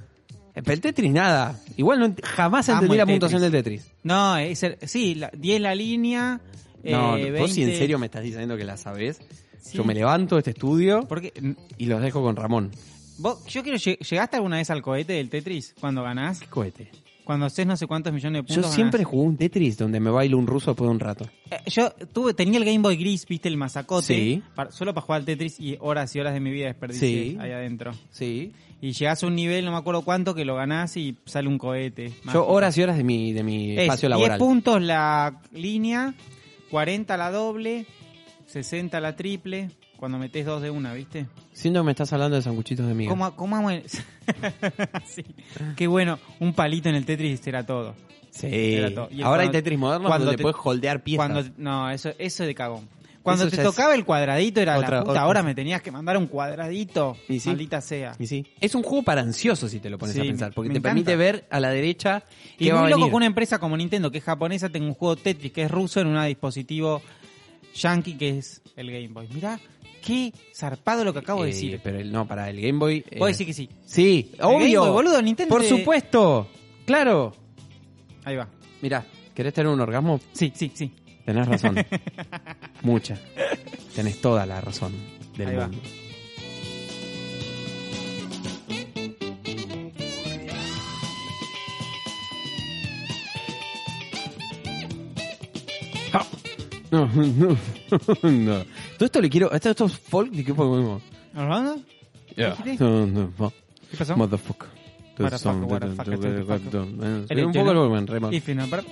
Speaker 1: Eh, pero el Tetris nada. Igual no ent- jamás
Speaker 2: Amo
Speaker 1: entendí
Speaker 2: el
Speaker 1: la
Speaker 2: Tetris.
Speaker 1: puntuación del Tetris.
Speaker 2: No, es el- sí, la- 10 la línea.
Speaker 1: No,
Speaker 2: eh,
Speaker 1: vos si en
Speaker 2: 20
Speaker 1: serio me estás diciendo que la sabés,
Speaker 2: Sí.
Speaker 1: yo me levanto de este estudio
Speaker 2: Porque, mm,
Speaker 1: y los dejo con Ramón.
Speaker 2: vos, yo quiero, lle- ¿llegaste alguna vez al cohete del Tetris cuando ganás?
Speaker 1: Cohete.
Speaker 2: Cuando haces no sé cuántos millones de puntos.
Speaker 1: Yo
Speaker 2: ganás.
Speaker 1: siempre jugué un Tetris donde me bailo un ruso por un rato.
Speaker 2: Eh, Yo tuve, tenía el Game Boy Gris, viste, el masacote.
Speaker 1: Sí.
Speaker 2: para- solo para jugar al Tetris y horas y horas de mi vida desperdicié
Speaker 1: Sí.
Speaker 2: ahí adentro.
Speaker 1: Sí.
Speaker 2: Y llegás a un nivel, no me acuerdo cuánto, que lo ganás y sale un cohete.
Speaker 1: Yo
Speaker 2: mágico.
Speaker 1: horas y horas de mi, de mi
Speaker 2: Es
Speaker 1: espacio
Speaker 2: 10
Speaker 1: laboral.
Speaker 2: puntos la línea, 40 la doble, 60 la triple, cuando metes dos de una, ¿viste?
Speaker 1: Siento que me estás hablando de sanguchitos de miga.
Speaker 2: ¿Cómo, cómo amo el- Sí. Qué bueno, un palito en el Tetris era todo.
Speaker 1: Sí.
Speaker 2: Era todo. Y el
Speaker 1: Ahora hay
Speaker 2: cuando-
Speaker 1: Tetris modernos
Speaker 2: cuando
Speaker 1: donde
Speaker 2: te-
Speaker 1: puedes holdear piezas.
Speaker 2: Cuando, no, eso, eso es de cagón. Cuando
Speaker 1: Eso
Speaker 2: te
Speaker 1: ya es-
Speaker 2: tocaba el cuadradito era
Speaker 1: Otra-
Speaker 2: la puta,
Speaker 1: otra.
Speaker 2: ahora me tenías que mandar un cuadradito,
Speaker 1: Y sí.
Speaker 2: maldita sea.
Speaker 1: Y sí. Es un juego para ansiosos si te lo pones
Speaker 2: Sí,
Speaker 1: a pensar, porque
Speaker 2: me
Speaker 1: te
Speaker 2: encanta.
Speaker 1: permite ver a la derecha qué
Speaker 2: Y
Speaker 1: va a
Speaker 2: muy loco
Speaker 1: venir.
Speaker 2: que una empresa como Nintendo, que es japonesa, tenga un juego Tetris que es ruso en un dispositivo yankee que es el Game Boy. Mirá, Qué zarpado lo que acabo de
Speaker 1: Eh,
Speaker 2: decir.
Speaker 1: Pero el, no, para el Game Boy. eh,
Speaker 2: Puedo decir que sí.
Speaker 1: Sí,
Speaker 2: Game
Speaker 1: obvio.
Speaker 2: Boy, boludo, Nintendo
Speaker 1: Por
Speaker 2: te-
Speaker 1: supuesto. Claro.
Speaker 2: Ahí va.
Speaker 1: Mirá, ¿querés tener un orgasmo?
Speaker 2: Sí, sí, sí.
Speaker 1: Tenés razón. Mucha. Tenés toda la razón del
Speaker 2: Ahí va.
Speaker 1: mundo. Ja. No, no, no. Todo esto le quiero. Esto, esto es folk de qué podemos.
Speaker 2: ¿Orlando? dijiste?
Speaker 1: No, no, no.
Speaker 2: ¿Qué pasó?
Speaker 1: Motherfucker.
Speaker 2: What the fuck, what the fuck, what the fuck.
Speaker 1: Sube eh, un poco el volumen, re mal.
Speaker 2: Y final, pero-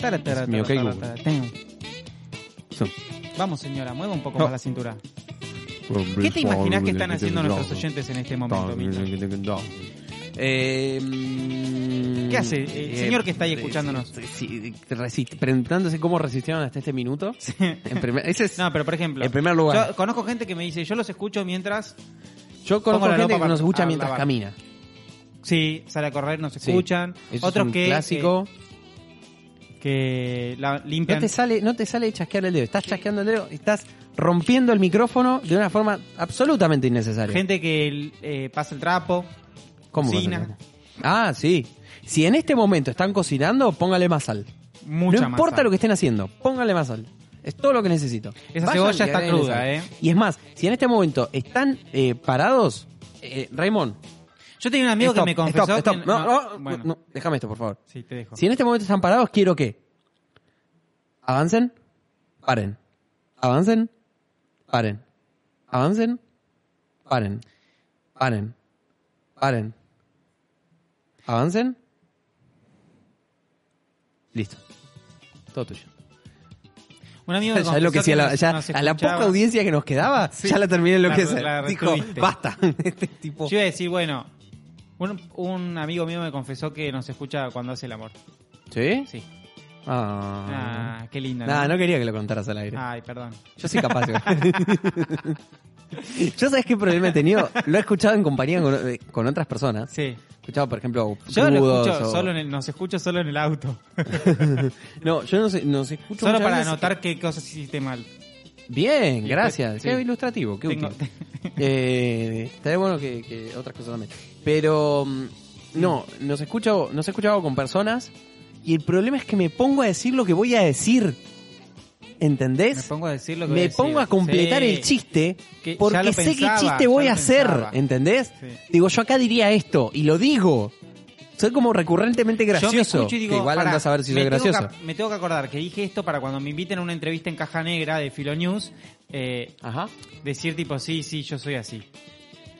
Speaker 2: tara, tara,
Speaker 1: Es mío,
Speaker 2: tara,
Speaker 1: ok,
Speaker 2: tara,
Speaker 1: Google.
Speaker 2: tara.
Speaker 1: So-
Speaker 2: Vamos, señora, mueva un poco
Speaker 1: No.
Speaker 2: más la cintura. ¿Qué te imaginas que están haciendo nuestros oyentes en este momento, Mito?
Speaker 1: Eh,
Speaker 2: ¿Qué hace, eh, señor que está ahí escuchándonos?
Speaker 1: eh, sí, resist- preguntándose cómo resistieron hasta este minuto. En primer, ese es,
Speaker 2: No, pero por ejemplo,
Speaker 1: en primer lugar.
Speaker 2: yo conozco gente que me dice, yo los escucho mientras,
Speaker 1: Yo, conozco
Speaker 2: pongo la
Speaker 1: gente
Speaker 2: ropa
Speaker 1: que nos
Speaker 2: para-
Speaker 1: escucha
Speaker 2: a
Speaker 1: mientras
Speaker 2: lavar.
Speaker 1: camina.
Speaker 2: sí, sale a correr, nos
Speaker 1: Sí.
Speaker 2: escuchan.
Speaker 1: Eso
Speaker 2: Otros
Speaker 1: es un
Speaker 2: que,
Speaker 1: clásico.
Speaker 2: eh, que la
Speaker 1: no,
Speaker 2: limpian.
Speaker 1: te sale, no te sale chasquear el dedo. Estás chasqueando el dedo, estás rompiendo el micrófono de una forma absolutamente innecesaria.
Speaker 2: gente que eh, pasa el trapo.
Speaker 1: ¿Cómo
Speaker 2: cocina.
Speaker 1: vas a hacer? Ah, sí. Si en este momento están cocinando, póngale más sal.
Speaker 2: Mucha
Speaker 1: no importa
Speaker 2: masa.
Speaker 1: lo que estén haciendo, póngale más sal. Es todo lo que necesito.
Speaker 2: Esa
Speaker 1: Vayan
Speaker 2: cebolla
Speaker 1: y
Speaker 2: está
Speaker 1: agréguenle
Speaker 2: cruda,
Speaker 1: sal.
Speaker 2: ¿eh?
Speaker 1: Y es más, si en este momento están eh, parados, eh, Raymond.
Speaker 2: Yo tenía un amigo
Speaker 1: stop,
Speaker 2: que me confesó.
Speaker 1: stop, stop.
Speaker 2: que-
Speaker 1: No, no,
Speaker 2: bueno,
Speaker 1: no, déjame esto, por favor.
Speaker 2: sí, te dejo.
Speaker 1: Si en este momento están parados, quiero que avancen, paren. Avancen, paren. Avancen, paren. Paren. Paren. Avancen. Listo. Todo tuyo.
Speaker 2: Un amigo me
Speaker 1: Ya es lo que
Speaker 2: confesó
Speaker 1: sí, a la,
Speaker 2: nos-
Speaker 1: ya
Speaker 2: nos
Speaker 1: a la poca
Speaker 2: escuchaba.
Speaker 1: audiencia que nos quedaba,
Speaker 2: Sí.
Speaker 1: ya la terminé en lo
Speaker 2: La-
Speaker 1: que
Speaker 2: la
Speaker 1: Dijo,
Speaker 2: retuviste.
Speaker 1: basta. Este tipo.
Speaker 2: Yo iba a decir, bueno, un, un amigo mío me confesó que nos escucha cuando hace el amor.
Speaker 1: ¿Sí?
Speaker 2: Sí.
Speaker 1: Ah.
Speaker 2: Ah, qué lindo.
Speaker 1: Nah, no quería que lo contaras al aire.
Speaker 2: Ay, perdón.
Speaker 1: Yo soy capaz. igual. Yo sabes qué problema he tenido. Lo he escuchado en compañía con, eh, con otras personas.
Speaker 2: Sí.
Speaker 1: He escuchado, por ejemplo,
Speaker 2: Yo lo
Speaker 1: crudos
Speaker 2: escucho
Speaker 1: o-
Speaker 2: solo en el, nos escucho solo en el auto.
Speaker 1: No, yo no sé, nos escucho
Speaker 2: solo
Speaker 1: muchas
Speaker 2: para
Speaker 1: veces-
Speaker 2: anotar qué cosas hiciste mal.
Speaker 1: Bien,
Speaker 2: Y
Speaker 1: gracias.
Speaker 2: después-
Speaker 1: Qué
Speaker 2: sí.
Speaker 1: ilustrativo, qué
Speaker 2: Tengo-
Speaker 1: útil. Eh, estaría bueno que, que otras cosas también. Pero mm, no, nos escucho, nos he escuchado con personas y el problema es que me pongo a decir lo que voy a decir. ¿Entendés?
Speaker 2: me pongo a decir lo que voy
Speaker 1: me
Speaker 2: decir.
Speaker 1: pongo a completar
Speaker 2: Sí.
Speaker 1: el chiste
Speaker 2: Que ya
Speaker 1: porque
Speaker 2: lo
Speaker 1: sé
Speaker 2: pensaba,
Speaker 1: qué chiste
Speaker 2: ya
Speaker 1: voy
Speaker 2: lo
Speaker 1: a hacer,
Speaker 2: pensaba.
Speaker 1: ¿entendés?
Speaker 2: Sí.
Speaker 1: Digo, yo acá diría esto y lo digo. Soy como recurrentemente
Speaker 2: Yo me
Speaker 1: gracioso.
Speaker 2: escucho y digo,
Speaker 1: que igual
Speaker 2: pará,
Speaker 1: andás a ver si
Speaker 2: me
Speaker 1: soy
Speaker 2: tengo que-
Speaker 1: gracioso.
Speaker 2: me tengo que acordar que dije esto para cuando me inviten a una entrevista en Caja Negra de Filonews, eh,
Speaker 1: Ajá.
Speaker 2: decir tipo, sí, sí, yo soy así.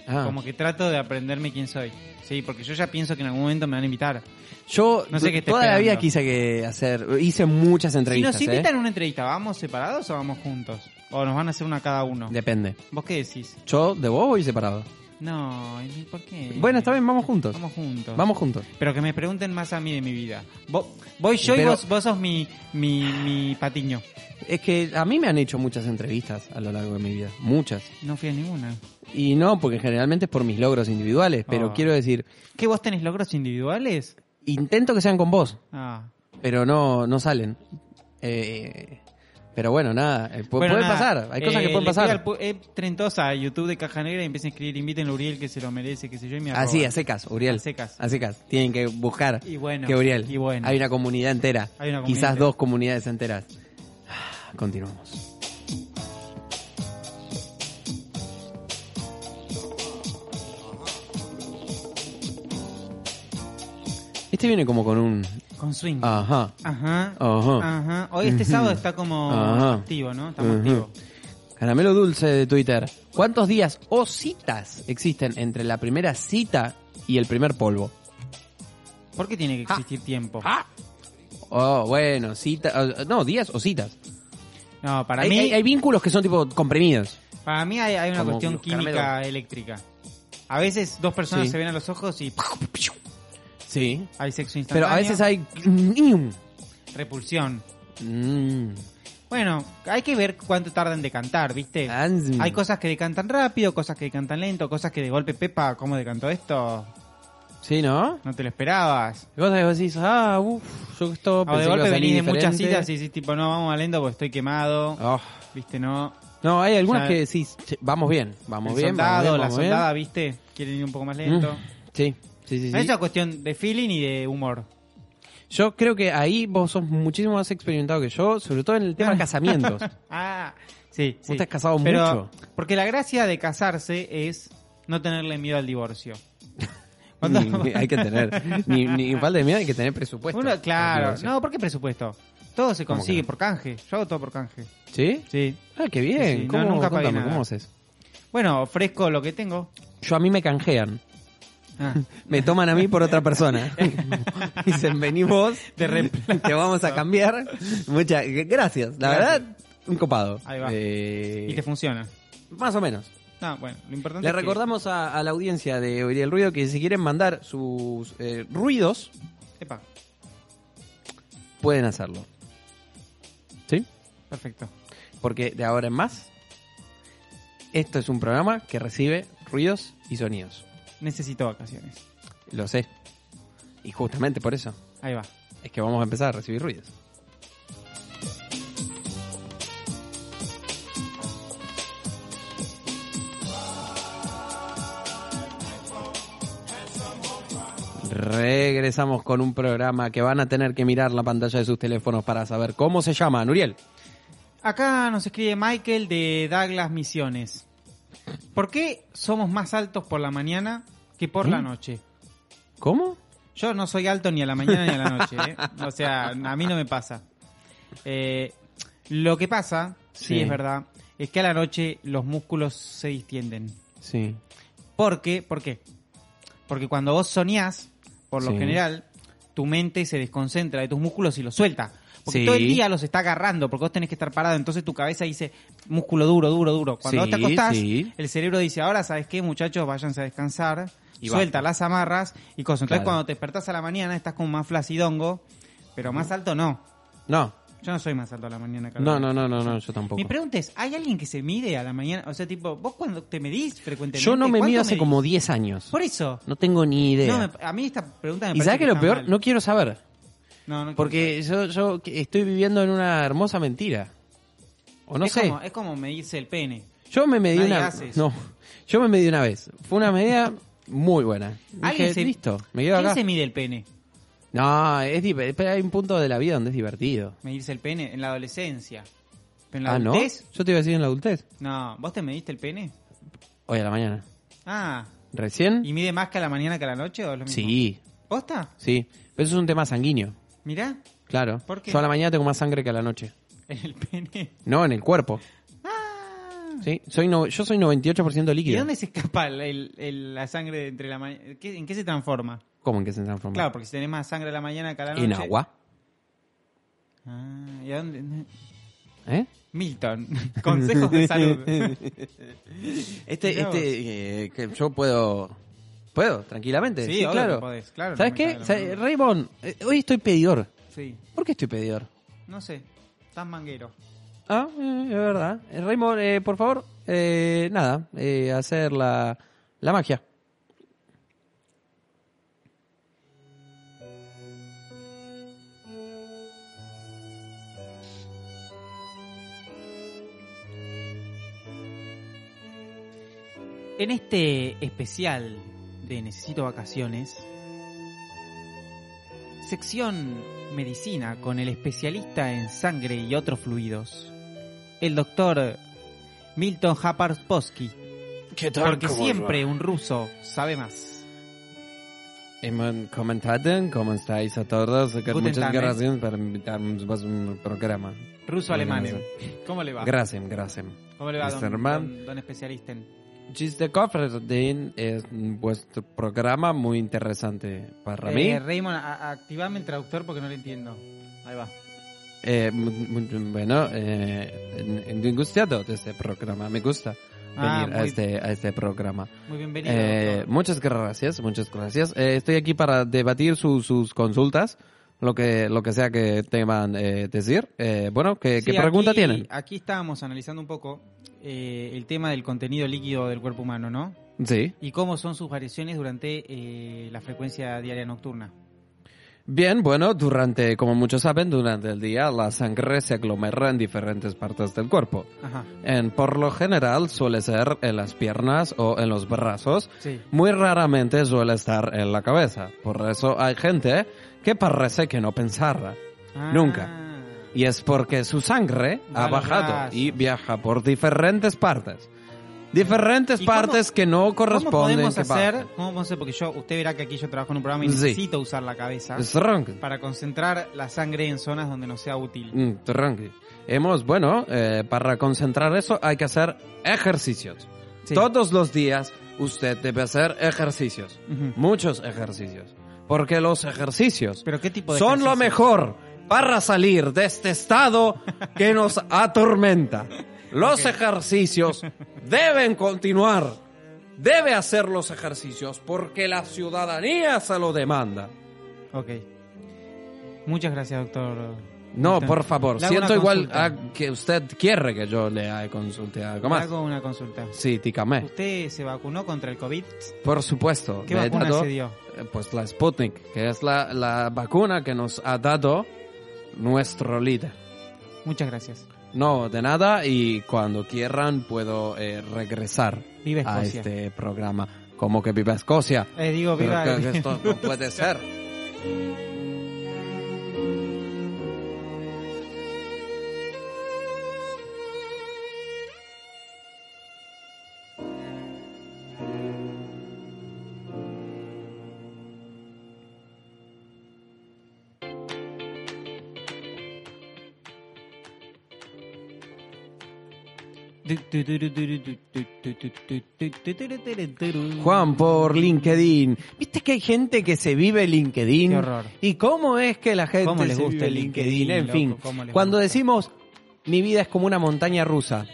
Speaker 1: Ah.
Speaker 2: Como que trato de aprenderme quién soy. Sí, porque yo ya pienso que en algún momento me van a invitar.
Speaker 1: Yo
Speaker 2: No sé qué esté
Speaker 1: toda la vida
Speaker 2: esperando.
Speaker 1: quise que hacer, hice muchas
Speaker 2: Si
Speaker 1: entrevistas.
Speaker 2: nos
Speaker 1: ¿eh?
Speaker 2: invitan a una entrevista, ¿vamos separados o vamos juntos? ¿O nos van a hacer una cada uno?
Speaker 1: Depende.
Speaker 2: ¿Vos qué decís?
Speaker 1: Yo de vos voy separado.
Speaker 2: No, ¿y ¿por qué?
Speaker 1: Bueno, está bien, vamos juntos.
Speaker 2: Vamos juntos.
Speaker 1: Vamos juntos.
Speaker 2: Pero que me pregunten más a mí de mi vida. Vo- voy yo y
Speaker 1: Pero-
Speaker 2: vos, vos sos mi, mi, mi patiño.
Speaker 1: Es que a mí me han hecho muchas entrevistas a lo largo de mi vida. Muchas.
Speaker 2: No fui a ninguna.
Speaker 1: Y no, porque generalmente es por mis logros individuales, pero
Speaker 2: Ah.
Speaker 1: quiero decir,
Speaker 2: ¿Qué vos tenés logros individuales?
Speaker 1: intento que sean con vos,
Speaker 2: Ah.
Speaker 1: pero no, no salen. Eh, pero bueno, nada, eh, pu-
Speaker 2: Bueno,
Speaker 1: puede
Speaker 2: nada.
Speaker 1: pasar, hay cosas
Speaker 2: Eh,
Speaker 1: que pueden
Speaker 2: le
Speaker 1: pasar.
Speaker 2: pido al pu- eh, trentos a YouTube de Caja Negra y empieza a escribir, inviten a Uriel que se lo merece, que sé yo, y me
Speaker 1: Así,
Speaker 2: arroba.
Speaker 1: a secas, Uriel.
Speaker 2: eh, A secas.
Speaker 1: A secas. Tienen que buscar
Speaker 2: Y bueno,
Speaker 1: que Uriel.
Speaker 2: y bueno.
Speaker 1: Hay una comunidad entera.
Speaker 2: Hay una comunidad
Speaker 1: Quizás
Speaker 2: entera.
Speaker 1: dos comunidades enteras. Ah, Continuamos. Este viene como con un...
Speaker 2: Con swing.
Speaker 1: Ajá.
Speaker 2: Ajá.
Speaker 1: Ajá.
Speaker 2: Ajá. Hoy este
Speaker 1: Ah. Oh. Ujú.
Speaker 2: sábado está como
Speaker 1: Ajá.
Speaker 2: activo, ¿no? Estamos
Speaker 1: Ujú.
Speaker 2: activos.
Speaker 1: Caramelo Dulce de Twitter. ¿Cuántos días o citas existen entre la primera cita y el primer polvo?
Speaker 2: ¿Por qué tiene que
Speaker 1: Ah.
Speaker 2: existir tiempo?
Speaker 1: Oh, bueno, citas. No, días o citas.
Speaker 2: No, para
Speaker 1: Hay,
Speaker 2: mí
Speaker 1: hay- hay vínculos que son tipo comprimidos.
Speaker 2: para mí hay, hay una
Speaker 1: Como
Speaker 2: cuestión
Speaker 1: los
Speaker 2: química
Speaker 1: caramelos.
Speaker 2: eléctrica. A veces dos personas
Speaker 1: Sí.
Speaker 2: se ven a los ojos y
Speaker 1: Sí.
Speaker 2: hay sexo
Speaker 1: Pero
Speaker 2: instantáneo.
Speaker 1: a veces hay.
Speaker 2: repulsión.
Speaker 1: Mm.
Speaker 2: Bueno, hay que ver cuánto tardan en decantar, ¿viste?
Speaker 1: Anz-
Speaker 2: Hay cosas que decantan rápido, cosas que decantan lento, cosas que de golpe, Pepa, ¿cómo decantó esto?
Speaker 1: Sí, ¿no?
Speaker 2: No te lo esperabas.
Speaker 1: Y vos decís, ah, uff, yo esto.
Speaker 2: O Ah, de
Speaker 1: pensé que iba a
Speaker 2: golpe
Speaker 1: salir
Speaker 2: venís de muchas
Speaker 1: diferente.
Speaker 2: citas y decís, tipo, no, vamos más lento porque estoy quemado.
Speaker 1: Oh,
Speaker 2: Viste, no.
Speaker 1: No, hay algunas
Speaker 2: Ya-
Speaker 1: que decís, "Che, vamos bien, vamos
Speaker 2: el
Speaker 1: bien,
Speaker 2: soldado,
Speaker 1: vamos bien,
Speaker 2: la
Speaker 1: vamos bien". Mm.
Speaker 2: soldada, ¿viste? Quieren ir un poco más lento.
Speaker 1: Sí, sí, sí. sí.
Speaker 2: Eso es cuestión de feeling y de humor.
Speaker 1: Yo creo que ahí vos sos muchísimo más experimentado que yo, sobre todo en el tema de casamientos.
Speaker 2: Ah, sí, sí.
Speaker 1: te has casado
Speaker 2: Pero-
Speaker 1: mucho.
Speaker 2: Porque la gracia de casarse es no tenerle miedo al divorcio. Cuando-
Speaker 1: Ni- Mm, hay que tener, ni, ni falta de miedo, hay que tener presupuesto.
Speaker 2: Uno, claro.
Speaker 1: Divorcio.
Speaker 2: No, ¿por qué presupuesto? Todo se
Speaker 1: ¿Cómo
Speaker 2: consigue
Speaker 1: que no?
Speaker 2: por canje. Yo hago todo por canje.
Speaker 1: ¿Sí?
Speaker 2: Sí.
Speaker 1: Ah, qué bien.
Speaker 2: Sí, sí, no,
Speaker 1: ¿Cómo,
Speaker 2: nunca pagué
Speaker 1: contame,
Speaker 2: nada.
Speaker 1: ¿cómo haces?
Speaker 2: Bueno, ofrezco lo que tengo.
Speaker 1: Yo a mí me canjean.
Speaker 2: Ah,
Speaker 1: Me toman a mí por otra persona. Dicen, vení vos,
Speaker 2: Te reemplazo.
Speaker 1: te vamos a cambiar. Muchas gracias. La
Speaker 2: Gracias.
Speaker 1: verdad, un copado.
Speaker 2: Ahí va.
Speaker 1: Eh,
Speaker 2: y te funciona.
Speaker 1: más o menos.
Speaker 2: No, bueno, lo importante
Speaker 1: Le
Speaker 2: es que-
Speaker 1: recordamos a, a la audiencia de Oír el Ruido que si quieren mandar sus eh, ruidos,
Speaker 2: Epa,
Speaker 1: pueden hacerlo. ¿Sí?
Speaker 2: perfecto.
Speaker 1: Porque de ahora en más, esto es un programa que recibe ruidos y sonidos.
Speaker 2: Necesito vacaciones.
Speaker 1: Lo sé. Y justamente por eso
Speaker 2: Ahí va.
Speaker 1: es que vamos a empezar a recibir ruidos. Regresamos con un programa que van a tener que mirar la pantalla de sus teléfonos para saber cómo se llama, Nuriel.
Speaker 2: Acá nos escribe Michael de Douglas Misiones. ¿Por qué somos más altos por la mañana que por la
Speaker 1: ¿Mm?
Speaker 2: noche?
Speaker 1: ¿Cómo?
Speaker 2: Yo no soy alto ni a la mañana ni a la noche, ¿eh? O sea, a mí no me pasa. Eh, lo que pasa, sí.
Speaker 1: Sí.
Speaker 2: es verdad, es que a la noche los músculos se distienden.
Speaker 1: Sí.
Speaker 2: ¿Por qué? ¿Por qué? Porque cuando vos soñás, por lo
Speaker 1: Sí.
Speaker 2: general, tu mente se desconcentra de tus músculos y los suelta. Porque
Speaker 1: Sí.
Speaker 2: todo el día los está agarrando, porque vos tenés que estar parado. Entonces tu cabeza dice, músculo duro, duro, duro. Cuando
Speaker 1: Sí,
Speaker 2: vos te acostás,
Speaker 1: sí.
Speaker 2: el cerebro dice, ahora, ¿sabes qué, muchachos? Váyanse a descansar.
Speaker 1: Y
Speaker 2: suelta
Speaker 1: basta.
Speaker 2: las amarras y cosas. Entonces
Speaker 1: Claro.
Speaker 2: cuando te despertás a la mañana estás como más flacidongo, pero más alto no.
Speaker 1: No,
Speaker 2: Yo no soy más alto a la mañana.
Speaker 1: no,
Speaker 2: Carlos.
Speaker 1: no, no, no, no, yo tampoco.
Speaker 2: Mi pregunta es, ¿hay alguien que se mide a la mañana? O sea, tipo, vos cuando te medís frecuentemente.
Speaker 1: Yo no me
Speaker 2: ¿cuánto
Speaker 1: mido hace
Speaker 2: medís?
Speaker 1: como 10 años.
Speaker 2: Por eso.
Speaker 1: No tengo ni idea.
Speaker 2: No, me- a mí esta pregunta me
Speaker 1: ¿Y
Speaker 2: parece
Speaker 1: sabes que lo
Speaker 2: está
Speaker 1: peor?
Speaker 2: mal.
Speaker 1: No quiero saber.
Speaker 2: No, no-
Speaker 1: Porque yo, yo que- estoy viviendo en una hermosa mentira. O no
Speaker 2: es
Speaker 1: sé.
Speaker 2: Como, es como me dice el pene.
Speaker 1: Yo me medí
Speaker 2: Nadie
Speaker 1: una
Speaker 2: hace eso.
Speaker 1: No, yo me medí una vez. Fue una medida muy buena. Dije, listo, me quedo
Speaker 2: ¿Quién
Speaker 1: acá.
Speaker 2: se mide el pene?
Speaker 1: No, es div- pero hay un punto de la vida donde es divertido.
Speaker 2: Medirse el pene en la adolescencia. Pero en la
Speaker 1: Ah, ¿no?
Speaker 2: adultez,
Speaker 1: Yo te iba a decir en la adultez.
Speaker 2: no. ¿Vos te mediste el pene?
Speaker 1: Hoy a la mañana.
Speaker 2: Ah,
Speaker 1: ¿Recién?
Speaker 2: ¿y mide más que a la mañana que a la noche o es lo mismo?
Speaker 1: Sí,
Speaker 2: ¿Posta?
Speaker 1: sí. Pero eso es un tema sanguíneo.
Speaker 2: Mirá,
Speaker 1: Claro.
Speaker 2: ¿Por qué?
Speaker 1: Yo a la mañana tengo más sangre que a la noche.
Speaker 2: el pene.
Speaker 1: No, en el cuerpo.
Speaker 2: Ah.
Speaker 1: Sí, soy no- yo soy 98%
Speaker 2: ¿Y
Speaker 1: líquido.
Speaker 2: dónde se escapa el- el- el- la sangre de entre la mañana? ¿En qué se transforma?
Speaker 1: ¿Cómo en qué se transforma?
Speaker 2: Claro, porque si tenés más sangre a la mañana que a la noche.
Speaker 1: en agua.
Speaker 2: Ah, ¿y a dónde?
Speaker 1: ¿Eh?
Speaker 2: Milton, consejos de salud.
Speaker 1: Este,
Speaker 2: Mirá vos.
Speaker 1: este, eh, que yo puedo, puedo tranquilamente.
Speaker 2: Sí,
Speaker 1: Sí,
Speaker 2: obvio
Speaker 1: claro.
Speaker 2: que podés, claro,
Speaker 1: ¿Sabes
Speaker 2: no me
Speaker 1: qué?
Speaker 2: cae la
Speaker 1: ¿Sabes?
Speaker 2: mano.
Speaker 1: Raybon, eh, hoy estoy pedidor.
Speaker 2: Sí,
Speaker 1: ¿Por qué estoy pedidor?
Speaker 2: no sé, tan manguero.
Speaker 1: Ah, eh, es verdad. Eh, Raymond, eh, por favor, eh, nada, eh, hacer la, la magia.
Speaker 2: En este especial de Necesito Vacaciones, sección Medicina con el especialista en sangre y otros fluidos, el doctor Milton Haparposky, porque siempre un ruso sabe más.
Speaker 1: Hemos comentado cómo estáis a todos. Que
Speaker 2: Guten
Speaker 1: Muchas
Speaker 2: Tag,
Speaker 1: gracias por invitarnos a un programa.
Speaker 2: Ruso-alemán. ¿Cómo le va?
Speaker 1: Gracias, gracias.
Speaker 2: ¿Cómo le va,
Speaker 1: Mr.
Speaker 2: don,
Speaker 1: Man.
Speaker 2: don- don especialista? en-
Speaker 1: Chiste Cofre de es vuestro programa muy interesante para
Speaker 2: Eh,
Speaker 1: mí.
Speaker 2: Raymond, a- a- activame el traductor porque no lo entiendo. Ahí va.
Speaker 1: Eh, mu- mu- bueno, eh, en- en- angustiado de este programa. Me gusta
Speaker 2: Ah,
Speaker 1: venir a,
Speaker 2: muy-
Speaker 1: este, a este programa.
Speaker 2: Muy bienvenido.
Speaker 1: Eh,
Speaker 2: doctor.
Speaker 1: muchas gracias, muchas gracias. Eh, estoy aquí para debatir su- sus consultas, lo que, lo que sea que teman eh, decir. Eh, bueno, ¿qué,
Speaker 2: Sí,
Speaker 1: qué pregunta
Speaker 2: aquí-
Speaker 1: tienen?
Speaker 2: Aquí estábamos analizando un poco eh, el tema del contenido líquido del cuerpo humano, ¿no?
Speaker 1: Sí.
Speaker 2: Y cómo son sus variaciones durante eh, la frecuencia diaria nocturna.
Speaker 1: Bien, bueno, durante, como muchos saben, durante el día la sangre se aglomera en diferentes partes del cuerpo.
Speaker 2: Ajá.
Speaker 1: En, por lo general suele ser en las piernas o en los brazos.
Speaker 2: Sí.
Speaker 1: Muy raramente suele estar en la cabeza. Por eso hay gente que parece que no pensara. Nunca.
Speaker 2: Ah.
Speaker 1: Y es porque su sangre
Speaker 2: Va a
Speaker 1: ha
Speaker 2: los
Speaker 1: bajado
Speaker 2: brazos.
Speaker 1: y viaja por diferentes partes. Diferentes
Speaker 2: ¿Y cómo-
Speaker 1: partes que no
Speaker 2: ¿Cómo
Speaker 1: corresponden
Speaker 2: podemos
Speaker 1: que
Speaker 2: hacer?
Speaker 1: bajen.
Speaker 2: ¿Cómo podemos hacer? Porque yo, usted verá que aquí yo trabajo en un programa y
Speaker 1: este Sí.
Speaker 2: necesito usar la cabeza
Speaker 1: Es ronco.
Speaker 2: para concentrar la sangre en zonas donde no sea útil.
Speaker 1: Mm, tranqui. Hemos, bueno, eh, para concentrar eso hay que hacer ejercicios.
Speaker 2: Sí.
Speaker 1: Todos los días usted debe hacer ejercicios.
Speaker 2: Ujú.
Speaker 1: Muchos ejercicios. Porque los ejercicios
Speaker 2: Pero qué tipo de
Speaker 1: son lo
Speaker 2: ejercicio?
Speaker 1: mejor para salir de este estado que nos atormenta. Los ejercicios deben continuar. Debe hacer los ejercicios porque la ciudadanía se lo demanda.
Speaker 2: Ok. Muchas gracias, doctor.
Speaker 1: No,
Speaker 2: Entonces,
Speaker 1: por favor.
Speaker 2: le hago
Speaker 1: Siento
Speaker 2: una
Speaker 1: igual
Speaker 2: consulta.
Speaker 1: a que usted quiere que yo le consulte algo
Speaker 2: Le
Speaker 1: más.
Speaker 2: hago una consulta.
Speaker 1: Sí, dígame.
Speaker 2: ¿Usted se vacunó contra el COVID?
Speaker 1: Por supuesto.
Speaker 2: ¿Qué
Speaker 1: me he
Speaker 2: vacuna
Speaker 1: dado,
Speaker 2: se dio?
Speaker 1: eh, Pues la Sputnik, que es la, la vacuna que nos ha dado nuestro líder.
Speaker 2: Muchas gracias.
Speaker 1: No, de nada y cuando quieran puedo eh, regresar
Speaker 2: Viva
Speaker 1: a
Speaker 2: Escocia.
Speaker 1: este programa. Como que viva Escocia.
Speaker 2: Eh, digo,
Speaker 1: Pero
Speaker 2: viva.
Speaker 1: que- que esto no puede ser. Juan por LinkedIn. Viste que hay gente que se vive LinkedIn.
Speaker 2: Qué horror.
Speaker 1: ¿Y cómo es que la gente
Speaker 2: ¿Cómo les
Speaker 1: se vive
Speaker 2: gusta el
Speaker 1: LinkedIn?
Speaker 2: LinkedIn,
Speaker 1: en
Speaker 2: loco?
Speaker 1: fin,
Speaker 2: ¿Cómo les
Speaker 1: cuando
Speaker 2: gusta?
Speaker 1: decimos mi vida es como una montaña rusa,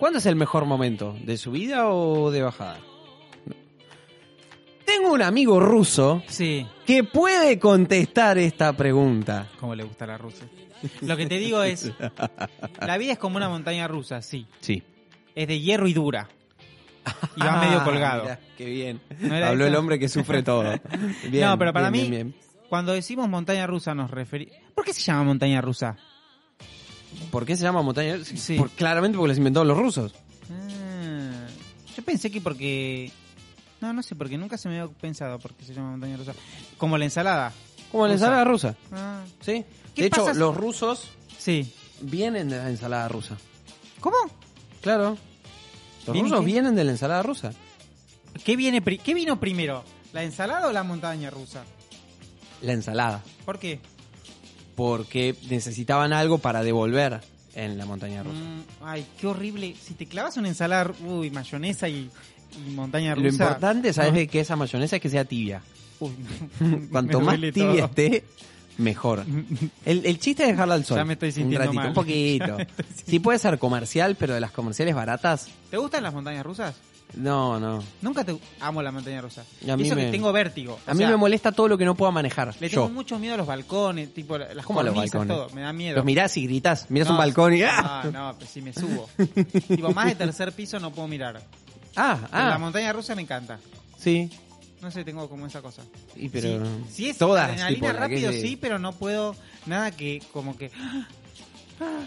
Speaker 1: ¿cuándo es el mejor momento? ¿De subida o de bajada? Tengo un amigo ruso
Speaker 2: Sí,
Speaker 1: que puede contestar esta pregunta.
Speaker 2: como le gusta la rusa. Lo que te digo es, la vida es como una montaña rusa, sí.
Speaker 1: Sí. Ah,
Speaker 2: Es de hierro y dura. Y va medio colgado.
Speaker 1: mirá, qué bien.
Speaker 2: ¿No era
Speaker 1: Habló
Speaker 2: eso?
Speaker 1: el hombre que sufre todo. Bien,
Speaker 2: no, pero para
Speaker 1: bien,
Speaker 2: mí,
Speaker 1: bien, bien.
Speaker 2: cuando decimos montaña rusa nos referimos... ¿Por qué se llama montaña rusa?
Speaker 1: ¿Por qué se llama montaña?
Speaker 2: Sí.
Speaker 1: Por- claramente porque las inventaron los rusos.
Speaker 2: Ah, yo pensé que porque... No, no sé, porque nunca se me había pensado por qué se llama montaña rusa. Como la ensalada.
Speaker 1: Como la
Speaker 2: Rusa.
Speaker 1: ensalada rusa.
Speaker 2: Ah,
Speaker 1: Sí.
Speaker 2: ¿Qué
Speaker 1: De hecho,
Speaker 2: pasa si-
Speaker 1: los rusos
Speaker 2: sí.
Speaker 1: vienen de la ensalada rusa.
Speaker 2: ¿Cómo?
Speaker 1: Claro. Los
Speaker 2: ¿Vienen
Speaker 1: rusos
Speaker 2: qué?
Speaker 1: vienen de la ensalada rusa.
Speaker 2: ¿Qué, viene pri- ¿Qué vino primero? ¿La ensalada o la montaña rusa?
Speaker 1: La ensalada.
Speaker 2: ¿Por qué?
Speaker 1: Porque necesitaban algo para devolver en la montaña rusa.
Speaker 2: Mm, ay, qué horrible. Si te clavas una ensalada, ru- uy, mayonesa y, y montaña rusa.
Speaker 1: Lo importante, ¿sabes de qué esa mayonesa? Es que sea tibia.
Speaker 2: Uy,
Speaker 1: Cuanto
Speaker 2: me
Speaker 1: más
Speaker 2: duele
Speaker 1: tibia
Speaker 2: todo.
Speaker 1: esté, mejor. El, el chiste es dejarla al sol.
Speaker 2: Ya me estoy sintiendo
Speaker 1: Un ratito,
Speaker 2: mal.
Speaker 1: un poquito. Sí puede ser comercial, pero de las comerciales baratas,
Speaker 2: ¿Te gustan las montañas rusas?
Speaker 1: no, no.
Speaker 2: Nunca te amo la montaña rusa.
Speaker 1: Y a mí
Speaker 2: Eso que
Speaker 1: me-
Speaker 2: tengo vértigo. O
Speaker 1: A mí
Speaker 2: sea,
Speaker 1: me molesta todo lo que no puedo manejar.
Speaker 2: Le
Speaker 1: yo.
Speaker 2: tengo mucho miedo a los balcones, tipo la- las
Speaker 1: ¿Cómo a los
Speaker 2: cornisas,
Speaker 1: balcones?
Speaker 2: todo. Me da miedo.
Speaker 1: Los mirás y gritas, mirás
Speaker 2: No,
Speaker 1: un balcón y ¡ah!
Speaker 2: No, no, pues si me subo. tipo, más de tercer piso no puedo mirar.
Speaker 1: Ah,
Speaker 2: Pero La
Speaker 1: ah,
Speaker 2: montaña rusa me encanta.
Speaker 1: sí.
Speaker 2: No sé, tengo como esa cosa.
Speaker 1: Y pero
Speaker 2: Sí, sí es
Speaker 1: todas, tipo,
Speaker 2: adrenalina
Speaker 1: la que es
Speaker 2: rápido,
Speaker 1: de-
Speaker 2: sí, pero no puedo nada que como que ah,